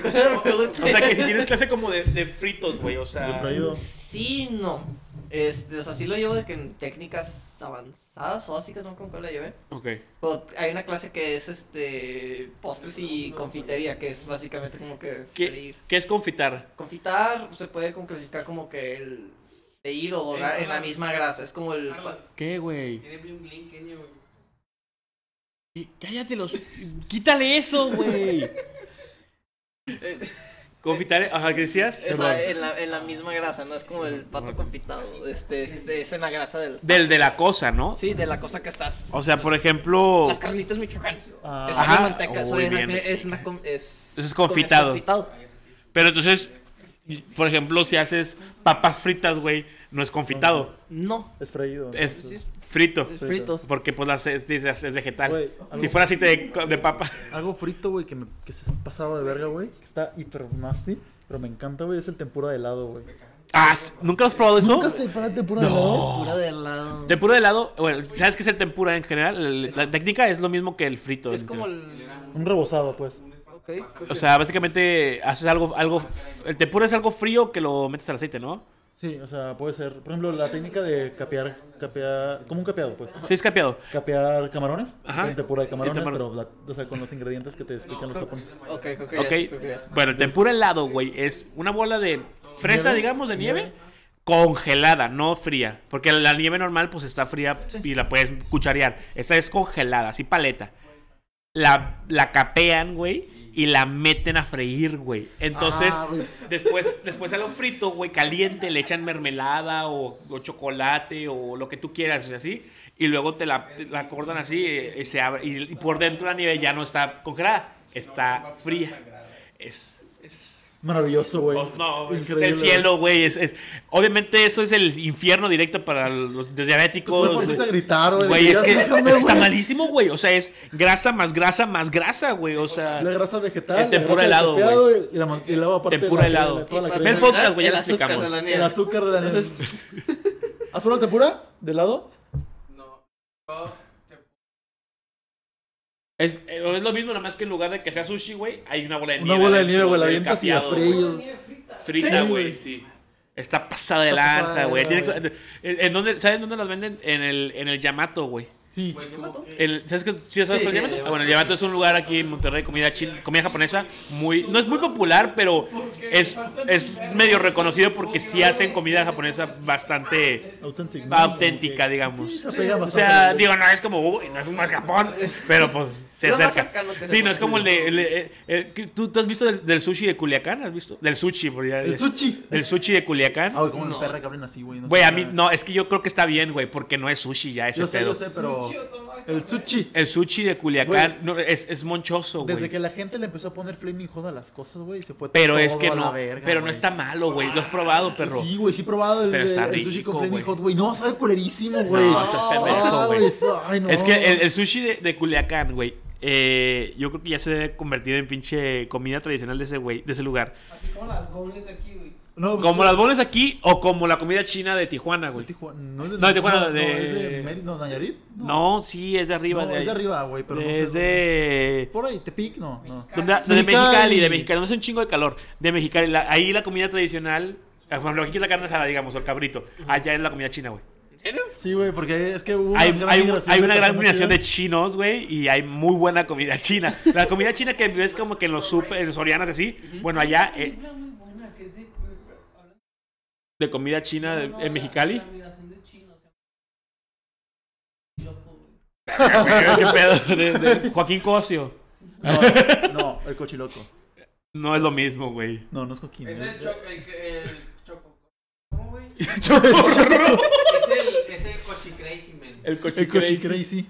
¿Cuál era la pregunta? O sea, que si tienes clase como de, de fritos, güey, o sea... De freído. Sí, no. Este, o sea, sí lo llevo de que en técnicas avanzadas o básicas, no con cuál la llevé. Ok. Pero hay una clase que es este postres y confitería, que es básicamente como que ¿Qué, freír. qué es confitar? Confitar se puede como clasificar como que el freír o dorar en la misma grasa. Es como el Carlos, ¿Qué, güey? Tiene bling bling, Kenia, güey. Y Cállate los... Quítale eso, güey. Confitar, ajá, ¿qué decías? Es Perdón. la- eh, en, la, en la misma grasa, no es como el pato confitado. Este, este, es en la grasa del. Del de la cosa, ¿no? Sí, de la cosa que estás. O sea, por ejemplo... Las carnitas Michoacán. Ah, es Ajá. una manteca. Uy, soy una- bien. es una. com- Es, Eso es confitado. es confitado. Pero entonces, por ejemplo, si haces papas fritas, güey, no es confitado. No. es freído. ¿no? Es Sí, Entonces, es frito. es frito. Porque pues las es, dices, es vegetal. Güey, Si algo- fuera aceite de, de papa. Algo frito, güey, que, me- que se pasaba de verga, güey. Que está hiper nasty. Pero me encanta, güey. Es el tempura de helado, güey. Ah, ¿Nunca has probado eso? ¿Nunca has temperado tempura de helado? Pura de helado. Tempura de helado, bueno, ¿sabes qué es el tempura en general? El- La técnica es lo mismo que el frito. Es en como teoría. el. Un rebozado, pues. Ok. O sea, básicamente haces algo, algo... El tempura es algo frío que lo metes al aceite, ¿no? Sí, o sea, puede ser. Por ejemplo, la técnica de capear. capear como un capeado, pues. Sí, es capeado. Capear camarones. Ajá. Con tempura de camarones, Y tempura. pero la- o sea, con los ingredientes que te explican los japoneses. Ok, ok, ya Ok. sé, creo que ya. Bueno, el tempura helado, güey, es una bola de fresa, Nieve. digamos, de nieve, Nieve. congelada, no fría. Porque la nieve normal, pues está fría y la puedes cucharear. Esta es congelada, así paleta. La, la capean, güey, y la meten a freír, güey. Entonces, Ah, güey. después, después a lo frito, güey, caliente, le echan mermelada o, o chocolate o lo que tú quieras, así. Y luego te la, te la acordan así eh, y, se abre. Y, y por dentro la nieve ya no está congelada, está fría. Es. es Maravilloso, güey. Oh, no, es Increíble, el cielo, güey. Es, es- obviamente eso es el infierno directo para los güey. diabéticos. Güey, empieza a güey. gritar, güey. Güey, es Ya que, es déjame, que está güey. malísimo, güey. O sea, es grasa más grasa más grasa, güey. O sea, La grasa vegetal. El la tempura grasa helado, del capeado Y la, man- y luego aparte Tempura la- helado. toda la Y Ve el para crema. podcast, güey, ya lo terminar, el azúcar explicamos. de la El nieve. azúcar de la nieve. ¿Has probado tempura? ¿De helado? No. Yo, te- Es, eh, es lo mismo, nada más que en lugar de que sea sushi, güey, hay una bola de Una nieve. bola de nieve, adentro güey, la del avientas y la capeado, freíes. güey. Frita, Sí, güey, sí. Está pasada de Está lanza, pasada de güey. Tiene lanza, co- en, en dónde, ¿Saben dónde las venden? En el, en el Yamato, güey. Sí. Güey, como que- El- ¿Sabes qué? ¿Sí sabes cuál es Sí, sí, el Yamato? el Ah, bueno, el Yamato es un lugar aquí en Monterrey, comida chin- comida japonesa, muy no es muy popular, pero es, es medio reconocido porque sí hacen comida japonesa bastante Authentic. ¿no? auténtica, Sí, digamos. se pega O bastante. sea, digo, no es como, uy, no es más Japón, pero pues se Lo más acerca. cercano que se Sí, no es puede. como el de... el de- el- el- ¿tú, tú has visto del, del sushi de Culiacán? ¿Has visto? Del sushi, por ya- El sushi. del sushi de Culiacán. Ah, güey, como No. me perra que hablen así, güey. no Güey, sé, a mí, güey. no, es que yo creo que está bien, güey, porque no es sushi ya ese Yo sé, pedo. yo sé, pero. Oh, El sushi. El sushi de Culiacán no, es, es monchoso, Desde güey. que la gente le empezó a poner flaming hot a las cosas, güey, se fue Pero todo es que a la no, verga, pero no güey. está malo, güey. Lo has probado, perro. Sí, güey, sí he probado el, Pero de- está el sushi rico, con flaming güey. hot, güey. No, sabe culerísimo, no, güey. estás No, pendejo, Ah, güey. güey, eso- ay, no. Es que el, el sushi de, de Culiacán, güey, eh, yo creo que ya se debe convertir en pinche comida tradicional de ese güey, de ese lugar. Así como las gobles de aquí, güey. No, pues, Como las bolas aquí o como la comida china de Tijuana, de güey. Tijuana- No, es de, No, de Tijuana, no, de- es de Mérida, no, Nayarit. No, sí, es de arriba. No, de es de ahí. arriba, güey, pero no sé Es dónde. de... Por ahí, Tepic, no, no. ¿Dónde- Mexicali. de Mexicali, de Mexicali, no es un chingo de calor. De Mexicali, la- ahí la comida tradicional, ah, por ejemplo, aquí es la carne asada, digamos, o el cabrito. Allá es la comida china, güey. ¿En serio? Sí, güey, porque es que hubo Hay, una gran hay- migración hay una gran personas combinación de que chinos, güey, y hay muy buena comida china. La comida china que ves como que en los super, en los sorianas así, bueno, allá Hay eh, una muy buena que es de. de comida china de- No, no, en la- Mexicali. La migración de chinos. Loco, güey. ¿Qué pedo? De, de Joaquín Cosio. iban- No, no, el cochiloco. No es lo mismo, güey. No, no es coquín. eh. Es güey. el choco, el, que- el choco. ¿Cómo, güey? Chocorro. Es el, es el cochi crazy, man. El El cochi cochique. crazy.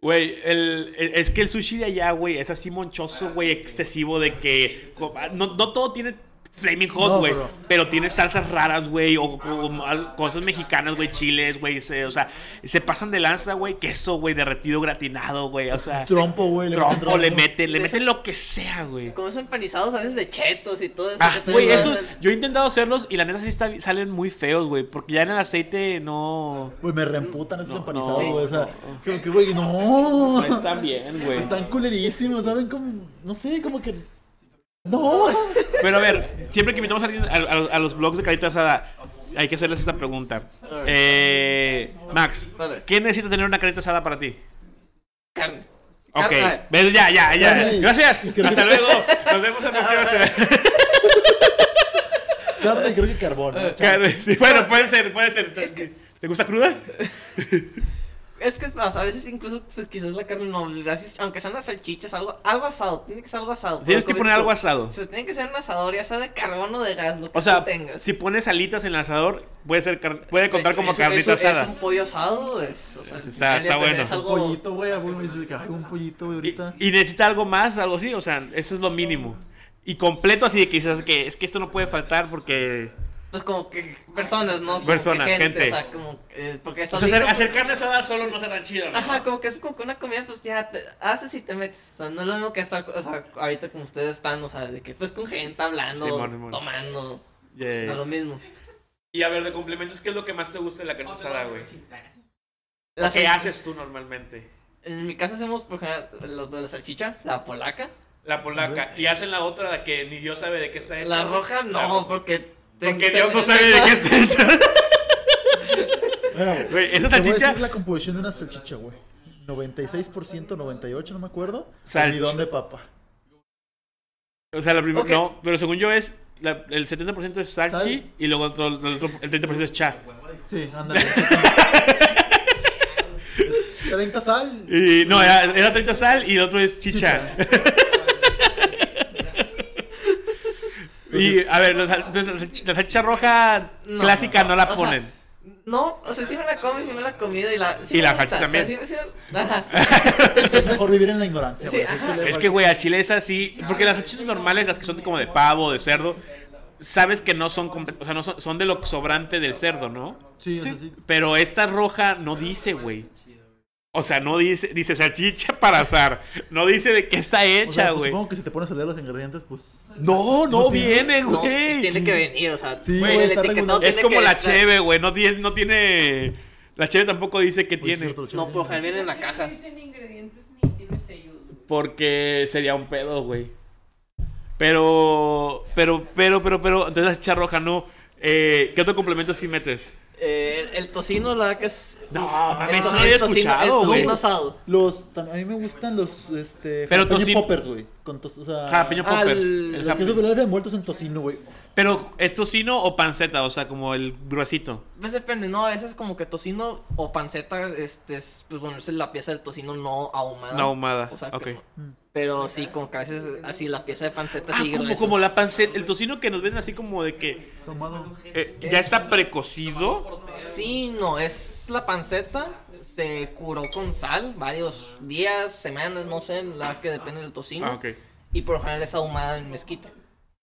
Güey, el, el- es que el sushi de allá, güey, es así monchoso, güey, excesivo de que co- ah, no, no todo tiene flaming hot, No, güey, bro. pero tiene salsas raras, güey, o, o al- cosas mexicanas, güey, chiles, güey, se- o sea, se pasan de lanza, güey, queso, güey, derretido, gratinado, güey, o sea, Trompo, güey. le meten trompo le trompo. meten, le meten lo que sea, güey. Como son panizados a veces de chetos y todo eso. Ah, que güey, son- eso, yo he intentado hacerlos y la neta sí está- salen muy feos, güey, porque ya en el aceite no... Güey, me reemputan esos empanizados, no, güey. O sea, no, no. es como que, güey, no. No está bien, güey. Están culerísimos, ¿saben? Como, no sé, como que. No. Pero a ver, siempre que invitamos a alguien a, a- a los blogs de Carita Asada, hay que hacerles esta pregunta. Eh, Max, Vale. ¿qué necesita tener una carita asada para ti? Carne. Ok, Carne. ves, ya, ya, ya. Ay. Gracias, hasta luego. Nos vemos la próxima semana. Carne, creo que carbón. ¿no? Carne, sí, bueno, puede ser, puede ser. ¿Te, te gusta cruda? Es que es más, a veces incluso pues, quizás la carne no, así, aunque sean las salchichas, algo, algo asado, tiene que ser algo asado. Tienes que porque poner algo ahorita- asado. O sea, tiene que ser un asador, ya sea de carbón o de gas, lo que O sea, tú tengas. si pones alitas en el asador, puede, ser car- puede contar como Es- carnita es, Es asada. un pollo asado, es, o sea, Está- ya está pues, bueno. Es Un algo, pollito, güey. a huevo me dice que hay un pollito, güey, Y, ahorita. y necesita algo más, algo así, o sea, eso es lo mínimo. Y completo así de que dices que es que esto no puede faltar porque... pues como que personas, ¿no? Como Personas, que gente. O sea, como, eh, porque es O sea, hacer, hacer carne asada solo no está tan chido, ¿no? Ajá, como que es como que una comida, pues ya te haces y te metes. O sea, no es lo mismo que estar, o sea, ahorita como ustedes están, o sea, de que pues con gente hablando, Simón, Simón. Eh, tomando, pues, Yeah. no es lo mismo. Y a ver, de complementos, ¿qué es lo que más te gusta de la carne asada, güey? La ¿Qué sal- haces tú normalmente? En mi casa hacemos por general lo de la salchicha, la polaca. La Pues, polaca. Y hacen la otra, la que ni Dios sabe de qué está hecha. La güey. roja no, La roja. porque... ten- Porque ten- Dios no ten- sabe de qué está hecha. Bueno, Güey, esa te voy a salchicha- decir la composición de una salchicha, güey. 96%, 98%, no me acuerdo. Salch- Salmidón de papa. O sea, la primera. Ok. No, pero según yo es. la- el 70% es ¿Sabe? sarchi y luego otro- el, otro- el 30% es cha. Sí, ándale. 30 sal. Y no, era, era 30 sal y el otro es chicha. Y a ver, los- entonces, la salch- la salchicha roja No, clásica no, la ajá. ponen. No, o sea, sí me la come, sí me la he comido y la... sí Y me la gusta, salchicha o sea, también. sí- sí- Ah, ajá. Es mejor vivir en la ignorancia, güey. Sí, Así ajá. le Es va- que, güey, a chile es así. Porque las salchichas normales, las que son como de pavo, de cerdo, sabes que no son. comple- O sea, no son, son de lo sobrante del cerdo, ¿no? Sí, o sea, sí. Pero esta roja no dice, güey. O sea, no dice. Dice salchicha para azar. No dice de qué O está sea, hecha, pues, güey. supongo que si te pones a leer los ingredientes, pues. No, no No tiene- viene, No, güey. tiene que venir, o sea, Sí, el güey, está etiquetado regulado. tiene Es como que la estar- cheve, güey. No tiene, no tiene. La cheve tampoco dice qué pues, tiene. cierto, lo No, por tiene. general viene en la caja. No dicen ingredientes ni tiene sellos. güey. Porque sería un pedo, güey. Pero, pero, pero, pero, pero. Entonces la chicha roja no. Eh, ¿Qué otro complemento sí metes? Eh, el tocino, la verdad que es. No, Uf, mames, el eso no to- había el tocino- escuchado, El güey. tocino asado. Los, tam- a mí me gustan los, este, Pero jalapeño tocino- poppers, güey. Con tos, o sea, Jalapeño al- poppers. el el los jalapeño. quesos Philadelphia envueltos en tocino, güey. Pero, ¿es tocino o panceta? O sea, como el gruesito. Pues depende, no, a veces como que tocino o panceta, este, es, pues bueno, es la pieza del tocino no ahumada. No ahumada, Ah, O sea, que ok. no. Pero sí, como que a veces así la pieza de panceta Ah, sí como, gruesa. como la panceta. El tocino que nos ven así como de que Tomado. eh, ya está precocido. Sí, no, es la panceta, se curó con sal varios días, semanas, no sé, la que depende del tocino. Ah, ok. Y por lo general es ahumada en mezquita.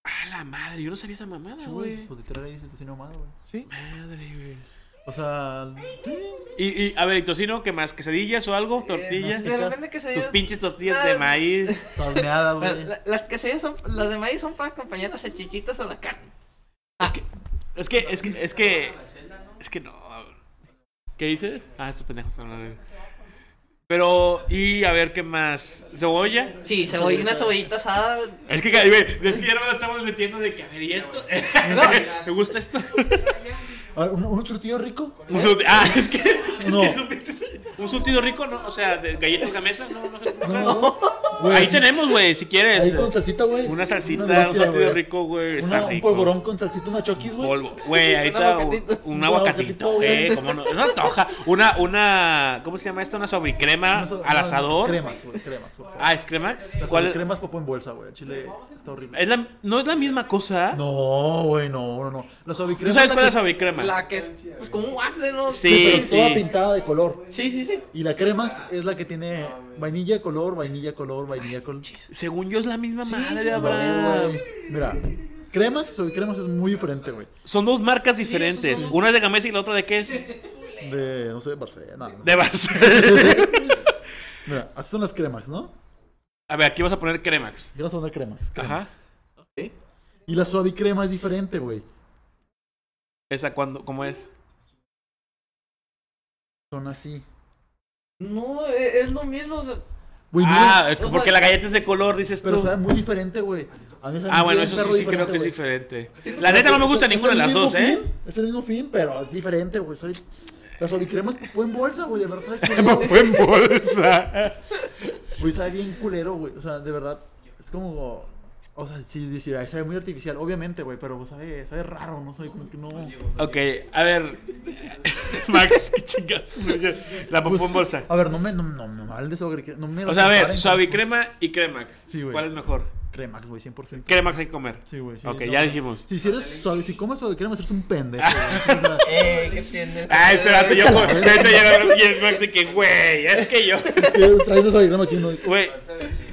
Ah, la madre. Yo no sabía esa mamada, güey. Pues literal ahí dice tocino amado, güey. Madre, güey. O sea, sí. Y, y, a ver, ¿y tocino qué más? ¿Quesadillas o algo? ¿Tortillas? De repente que se Tus dio- pinches tortillas de maíz. Torneadas, La- güey. la- las quesadillas son, las de maíz son para acompañar las salchichitas o la carne. Es que, es que, es que. Es que no. ¿Qué dices? Ah, estos pendejos están hablando. de- Pero, y a ver, ¿qué más? ¿Cebolla? Sí, cebolla, una cebollita asada. Es que, güey, es que ya no la estamos metiendo de que, a ver, ¿y esto? ¿Te gusta esto? A ver, ¿un, un surtido rico? Un surti- Ah, es que, es No. que supiste- un surtido rico, ¿no? O sea, de galletas a mesa, no, no sé. No. Güey, Ahí así- tenemos, güey, si quieres. Ahí con salsita, güey. Una salsita, un gracia, surtido güey. rico, güey. Una- Está un rico. polvorón con salsita, una choquis, güey. Polvo. Güey, ahorita un, aguacatito. un Un aguacatito, aguacatito, güey. güey. ¿Cómo no? Una toja. Una, una. ¿Cómo se llama esta? Una sobrecrema Una so- al no, asador. Cremas, güey, cremas, por favor. Ah, ¿es cremax? Las ¿Cuál? cremas papo en bolsa, güey. al Chile está horrible. Es la, no es la misma cosa. No, güey, no, no, no. La suavicrema. ¿Tú sabes la cuál es que- la sobrecrema? La que es pues, como un waffle, ¿no? Sí, pero Sí, toda sí. pintada de color. Sí, sí, sí. Y la cremas es la que tiene vainilla color, vainilla color, vainilla color. Según yo es la misma madre, No, Abraham. güey. Mira, Cremax o Cremas es muy diferente, güey. Son dos marcas diferentes. Una es de Gamesa y la otra de qué es? De, no sé, de Barcelona. no, no sé. De Bas. Mira, así son las Cremax, ¿no? A ver, aquí vas a poner cremax. Yo son de Cremax. Cremax. Ajá. Y la suavicrema es diferente, güey. ¿Esa cuándo? ¿Cómo es? Son así. No, e- es lo mismo. o sea, Güey, mira, Ah, porque la galleta es de color, dices pues, pero tú. sabe muy diferente, güey. A mí sabe Ah, bueno, bien eso perro sí, sí creo que es güey. diferente. La neta no me gusta Es- es ninguna de el las mismo dos, ¿eh? fin, Es el mismo fin, pero es diferente, güey. sabe- La suavicrema es popó en bolsa, güey. De verdad, sabe culero, Fue en bolsa. Güey, sabe bien culero, güey. O sea, de verdad, es como. O sea, sí, decir, ay, sabe muy artificial, obviamente, güey, pero pues, sabe, sabe raro, no sabe como que no. Ok, a ver. Max, qué chingas. La popó Pues, en bolsa. A ver, no me, no, no, me mal de suavicrema. No me O sea, a comparen ver, con suavicrema y cremax. Sí, güey. ¿Cuál es mejor? Cremax, güey, 100%. Cremax hay que comer. Sí, güey. sí, Ok, no, ya no. dijimos. Si, si eres suave, si comes suavicrema, eres un pendejo. güey, o sea, Eh, ¿qué tiene? Ah, espérate, yo con- ahorita llega y el Max de que, güey, es que yo. es que traes la suavicrema aquí, no. Güey,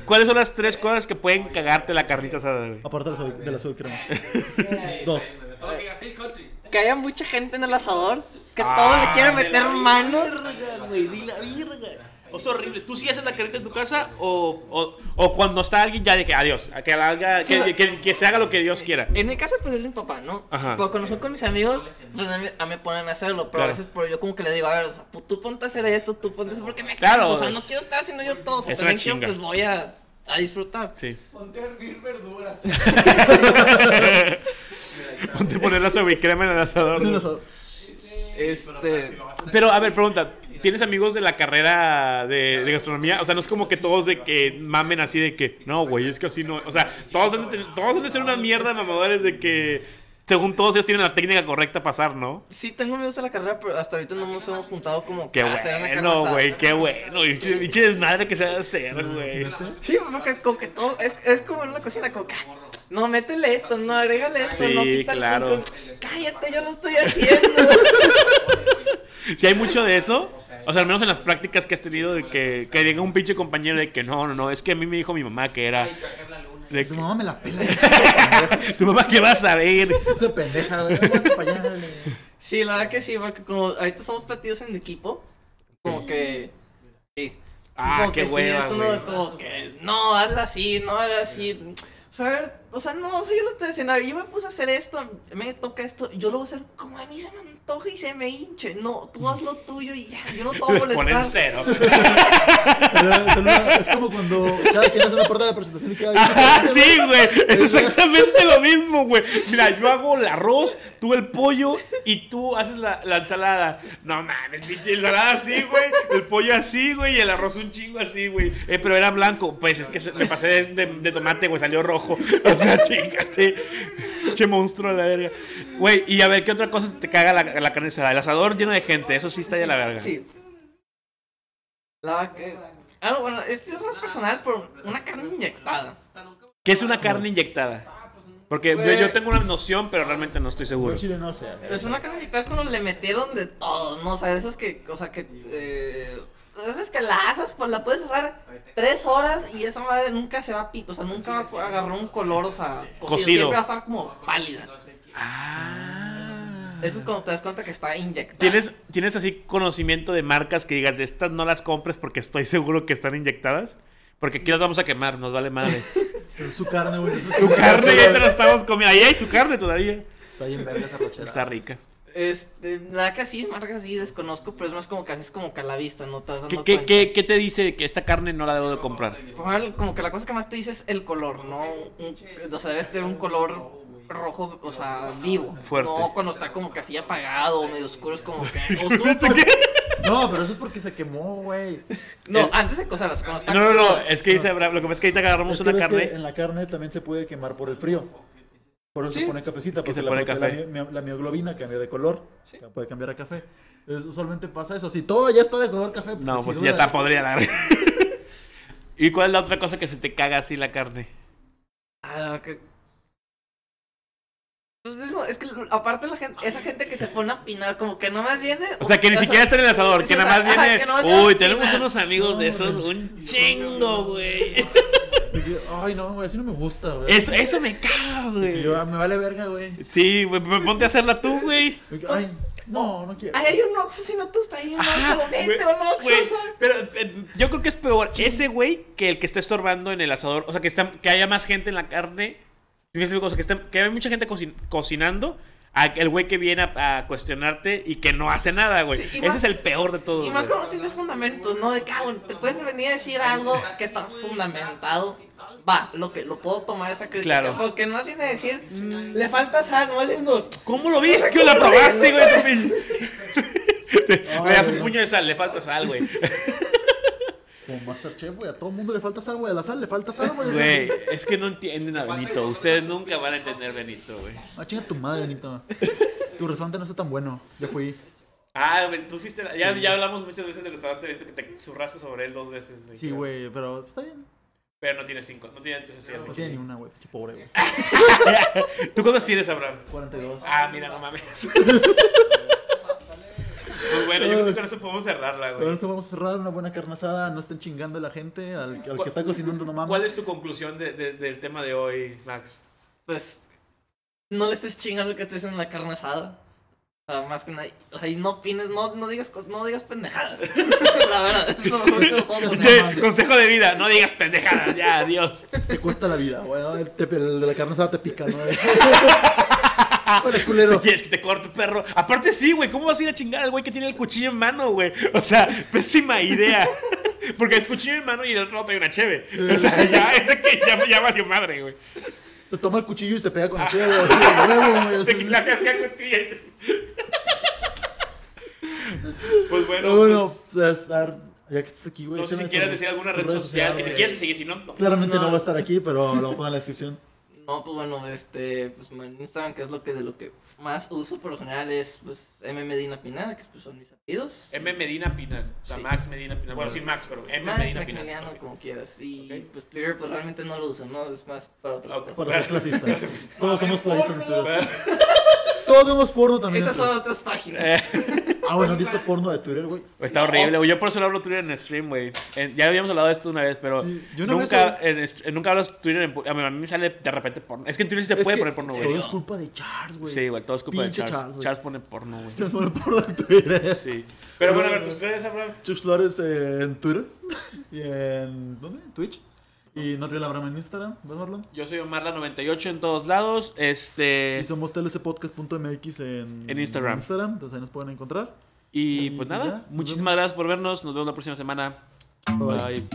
¿cuáles son las tres cosas que pueden cagarte la carnita asada, güey? Aparte de la suave- de la suavicrema. Dos. Que haya mucha gente en el asador. Que Ah, todo le quiera meter de la mano. Verga, güey, di la virga. Es horrible. ¿Tú sí haces la carnita en tu casa o, o, o cuando está alguien ya de que adiós? a Que, la haga- Sí, que, la- que- que se haga lo que Dios quiera. En mi casa, pues es mi papá, ¿no? Ajá. Pero cuando son con mis amigos, pues a mí a mí me ponen a hacerlo. Pero a Claro. veces pues, yo como que le digo, a ver, o sea, pu- tú ponte a hacer esto, tú ponte eso, porque me Claro, canso, O sea, es- no quiero estar haciendo yo todo. O sea, es también una quiero, chinga. pues voy a, a disfrutar. Sí. Ponte a hervir verduras. Ponte poner la crema en el asador. En el asador. Este. Pero, a ver, pregunta. ¿Tienes amigos de la carrera de, de gastronomía? O sea, no es como que todos de que mamen así de que, no, güey, es que así no. O sea, todos han de, tener- todos han de ser una mierda de mamadores de que, según todos ellos, tienen la técnica correcta para pasar, ¿no? Sí, tengo amigos de la carrera, pero hasta ahorita no nos hemos juntado como Qué a hacer una carne bueno, asada. güey, qué bueno. Y pinche- pinche desmadre que se va a hacer, güey. Sí, porque como que todo es, es como en una cocina como que, "Ah, no, métele esto, no, agrégale esto, Sí, no, quítale claro. esto. Cállate, yo lo estoy haciendo. Si hay mucho de eso, o sea, al menos en las prácticas que has tenido, de que, que llega un pinche compañero de que no, no, no, es que a mí me dijo mi mamá que era. de Tu que- mamá me la pela. güey. tu mamá que va a saber. Esa pendeja, güey. hazte pa' allá, dale. Sí, la verdad que sí, porque como ahorita somos partidos en equipo, como que... Sí. Ah, Como qué que sí, hueva, es uno güey. como que, no, hazla así, no, hazla así. O sea, a ver, o sea, no, si yo lo estoy haciendo, yo me puse a hacer esto, me toca esto, yo lo voy a hacer como a mí se me antoje y se me hinche. No, tú haz lo tuyo y ya. Yo no te voy a Les ponen cero. molestar. Saluda- saluda- es como cuando cada quien hace una parte de la presentación y cada quien. Ah, sí, güey. Es exactamente lo mismo, güey. Mira, yo hago el arroz, tú el pollo y tú haces la, la ensalada. No mames, pinche ensalada así, güey. El pollo así, güey. Y el arroz un chingo así, güey. Eh, pero era blanco. Pues es que se- me pasé de, de- de tomate, güey. Salió rojo. O sea, chingate. Che monstruo a la verga. Güey, y a ver, ¿qué otra cosa te caga la, la carne ensalada? El asador lleno de gente. Eso sí está ya la verga. Sí. La vaca. Ah, no, bueno, esto es más personal, pero una carne inyectada. ¿Qué es Ah, una carne inyectada? Porque yo, Güey. yo tengo una noción, pero realmente no estoy seguro. pues Yo chile no sé. Pero es una carne inyectada, es cuando le metieron de todo, ¿no? O sea, de esas que. O sea, que. Eh, esas que la asas, pues la puedes asar tres horas y esa madre nunca se va a picar. O sea, nunca va a agarrar un color, o sea, cocido. Cocido. Siempre va a estar como pálida. Ah. Eso es cuando te das cuenta que está inyectada. ¿Tienes, ¿Tienes así conocimiento de marcas que digas, estas no las compres porque estoy seguro que están inyectadas? Porque aquí las vamos a quemar, nos vale madre. Pero es su carne, güey. Su carne ya te la estamos comiendo. Ahí hay su carne todavía. Está bien verga esa rachera. Está rica. Este, la que sí, marca sí, desconozco, pero es más como que haces como que a la vista, ¿no? Te vas dando ¿Qué, qué, cuenta. qué, qué te dice que esta carne no la debo de comprar? Probable- como que la cosa que más te dice es el color, ¿no? Un- o sea, debes tener un color rojo, o sea, vivo. Fuerte. No cuando está como que así apagado o medio oscuro, es como que oscuro. No, pero eso es porque se quemó, güey. No, antes de cosas, cuando está No, no, no. Es que dice, Abraham, lo que pasa es que ahorita agarramos Ah, Es que una ves carne. que En la carne también se puede quemar por el frío. Por eso se pone cafecita, que porque se la, pone prote- café. la mio- la mioglobina cambia de color. Puede cambiar a café. Es- usualmente pasa eso. Si todo ya está de color café, pues, No, sin pues duda. ya está podrida la ¿Y cuál es la otra cosa que se te caga así la carne? Ah, que- Pues eso, es que aparte la gente, esa gente que se pone a pinar, como que nomás viene. O sea, que ni sea, siquiera está en el asador, sí, que o nada sea, más ajá, viene. que nada más Uy, lleva tenemos pinas. unos amigos de esos, un chingo, güey. Y que, Ay, no, güey, así no me gusta, güey. Eso, eso me caga, Y güey. yo, ah, me vale verga, güey. Sí, güey, p- ponte a hacerla tú, güey. Y que, Ay, no, no quiero. Ay, hay un oxo, si no tú estás ahí, un oxo, vente, Güey, un oxo, güey, o sea. Pero eh, yo creo que es peor ese güey que el que está estorbando en el asador. O sea, que, está, que haya más gente en la carne. ¿Sí me explico? O sea, que, está- que hay mucha gente cocin- cocinando. A el güey que viene a, a cuestionarte y que no hace nada, güey. Sí, y Ese más- es el peor de todos. Y más güey. cuando tienes fundamentos, ¿no? De cabo, te pueden venir a decir algo que está fundamentado. Va, lo que lo puedo tomar esa crítica. Claro. Porque no viene a decir, le falta sal, no diciendo, ¿Cómo lo viste? ¿Cómo la probaste, güey? tu pinche- Te- Le das un güey. puño de sal, le falta sal, güey. Como Masterchef, güey. A todo mundo le falta sal, güey. A la sal le falta sal, güey. Güey, es que no entienden a Benito. Ustedes nunca van a entender Benito, güey. Ah, chinga tu madre, Benito. Tu restaurante no está tan bueno. Yo fui. Ah, güey, tú fuiste. la- Ya, ya hablamos muchas veces del restaurante Benito que te zurraste sobre él dos veces, güey. Sí, güey, pero está bien. Pero no tienes cinco, no tienes tus No estudiantes. tiene ni una, güey. Pinche Pobre, güey. ¿Tú cuántas tienes, Abraham? 42. Ah, mira, no mames. Pues bueno, yo creo que con esto podemos cerrarla, Pero güey. esto vamos a cerrar una buena carne asada. No estén chingando a la gente. Al, al que está cocinando, no mames. ¿Cuál es tu conclusión de- de- del tema de hoy, Max? pues, no le estés chingando que estés en la carne asada. O sea, más que nada, o sea, y no opines, no, no digas, cos- no digas pendejadas. la verdad, eso es lo mejor que puedo hacer. Che, consejo de vida, no digas pendejadas, ya, adiós. Te cuesta la vida, güey. Te- El de la carne asada te pica, ¿no? Para culero. ¿Tú quieres que te corte, perro? Aparte, sí, güey. ¿Cómo vas a ir a chingar al güey que tiene el cuchillo en mano, güey? O sea, pésima idea. Porque es cuchillo en mano y el otro lado trae una cheve. O sea, ya, ese que ya, ya valió madre, güey. Se toma el cuchillo y te pega con el dedo, güey. Huevo, güey. Te Así. quitas el cuchillo. Pues bueno, No, bueno, pues, pues, estar- ya que estás aquí, güey. no sé si échame quieres tu- decir alguna tu red red social social, que te güey. quieras que seguir, si no, no. Claramente no. No. va a estar aquí, pero lo voy a poner en la descripción. No, pues bueno, este, pues en Instagram, que es lo que de lo que más uso por lo general es, pues, M Medina Pinada, que pues, son mis apellidos. M. Medina Pinal. O sea, Sí. Max Medina Pinal. Bueno, sí, Max, pero M. Max, Medina Maximiliano, Pinal. como quieras. Y Ok. pues Twitter, pues realmente no lo uso, ¿no? Es más para otras Ok. cosas. Para ser clasista. Todos somos clasistas en Twitter. Ok. Todos vemos porno también. en Esas Twitter. son otras páginas. Ah, bueno, ¿viste porno de Twitter, güey? Está horrible, güey. Yo por eso no hablo Twitter en stream, güey. En- Ya habíamos hablado de esto una vez, pero Sí, yo una nunca, vez en est- nunca hablo Twitter en pu- A mí, a mí me sale de repente porno. Es que en Twitter sí te Es puede que poner porno, Todo güey. es culpa de Charles, güey. Sí, igual, todo es culpa de Pinche Charles. Charles, Charles, güey. pone porno, güey. Se pone porno de Twitter. Sí. Pero bueno, a ver, ¿tus redes, Abraham? Chuck Flores eh, en Twitter. Y en. ¿Dónde? Twitch. Y Not Real Abraham en Instagram, ¿vas Marlon? Yo soy Omarla98 en todos lados. Este. Y somos tlcpodcast.mx en, En Instagram. entonces ahí nos pueden encontrar. Y Y pues ya, nada, nos muchísimas gracias por vernos. Nos vemos la próxima semana. Bye.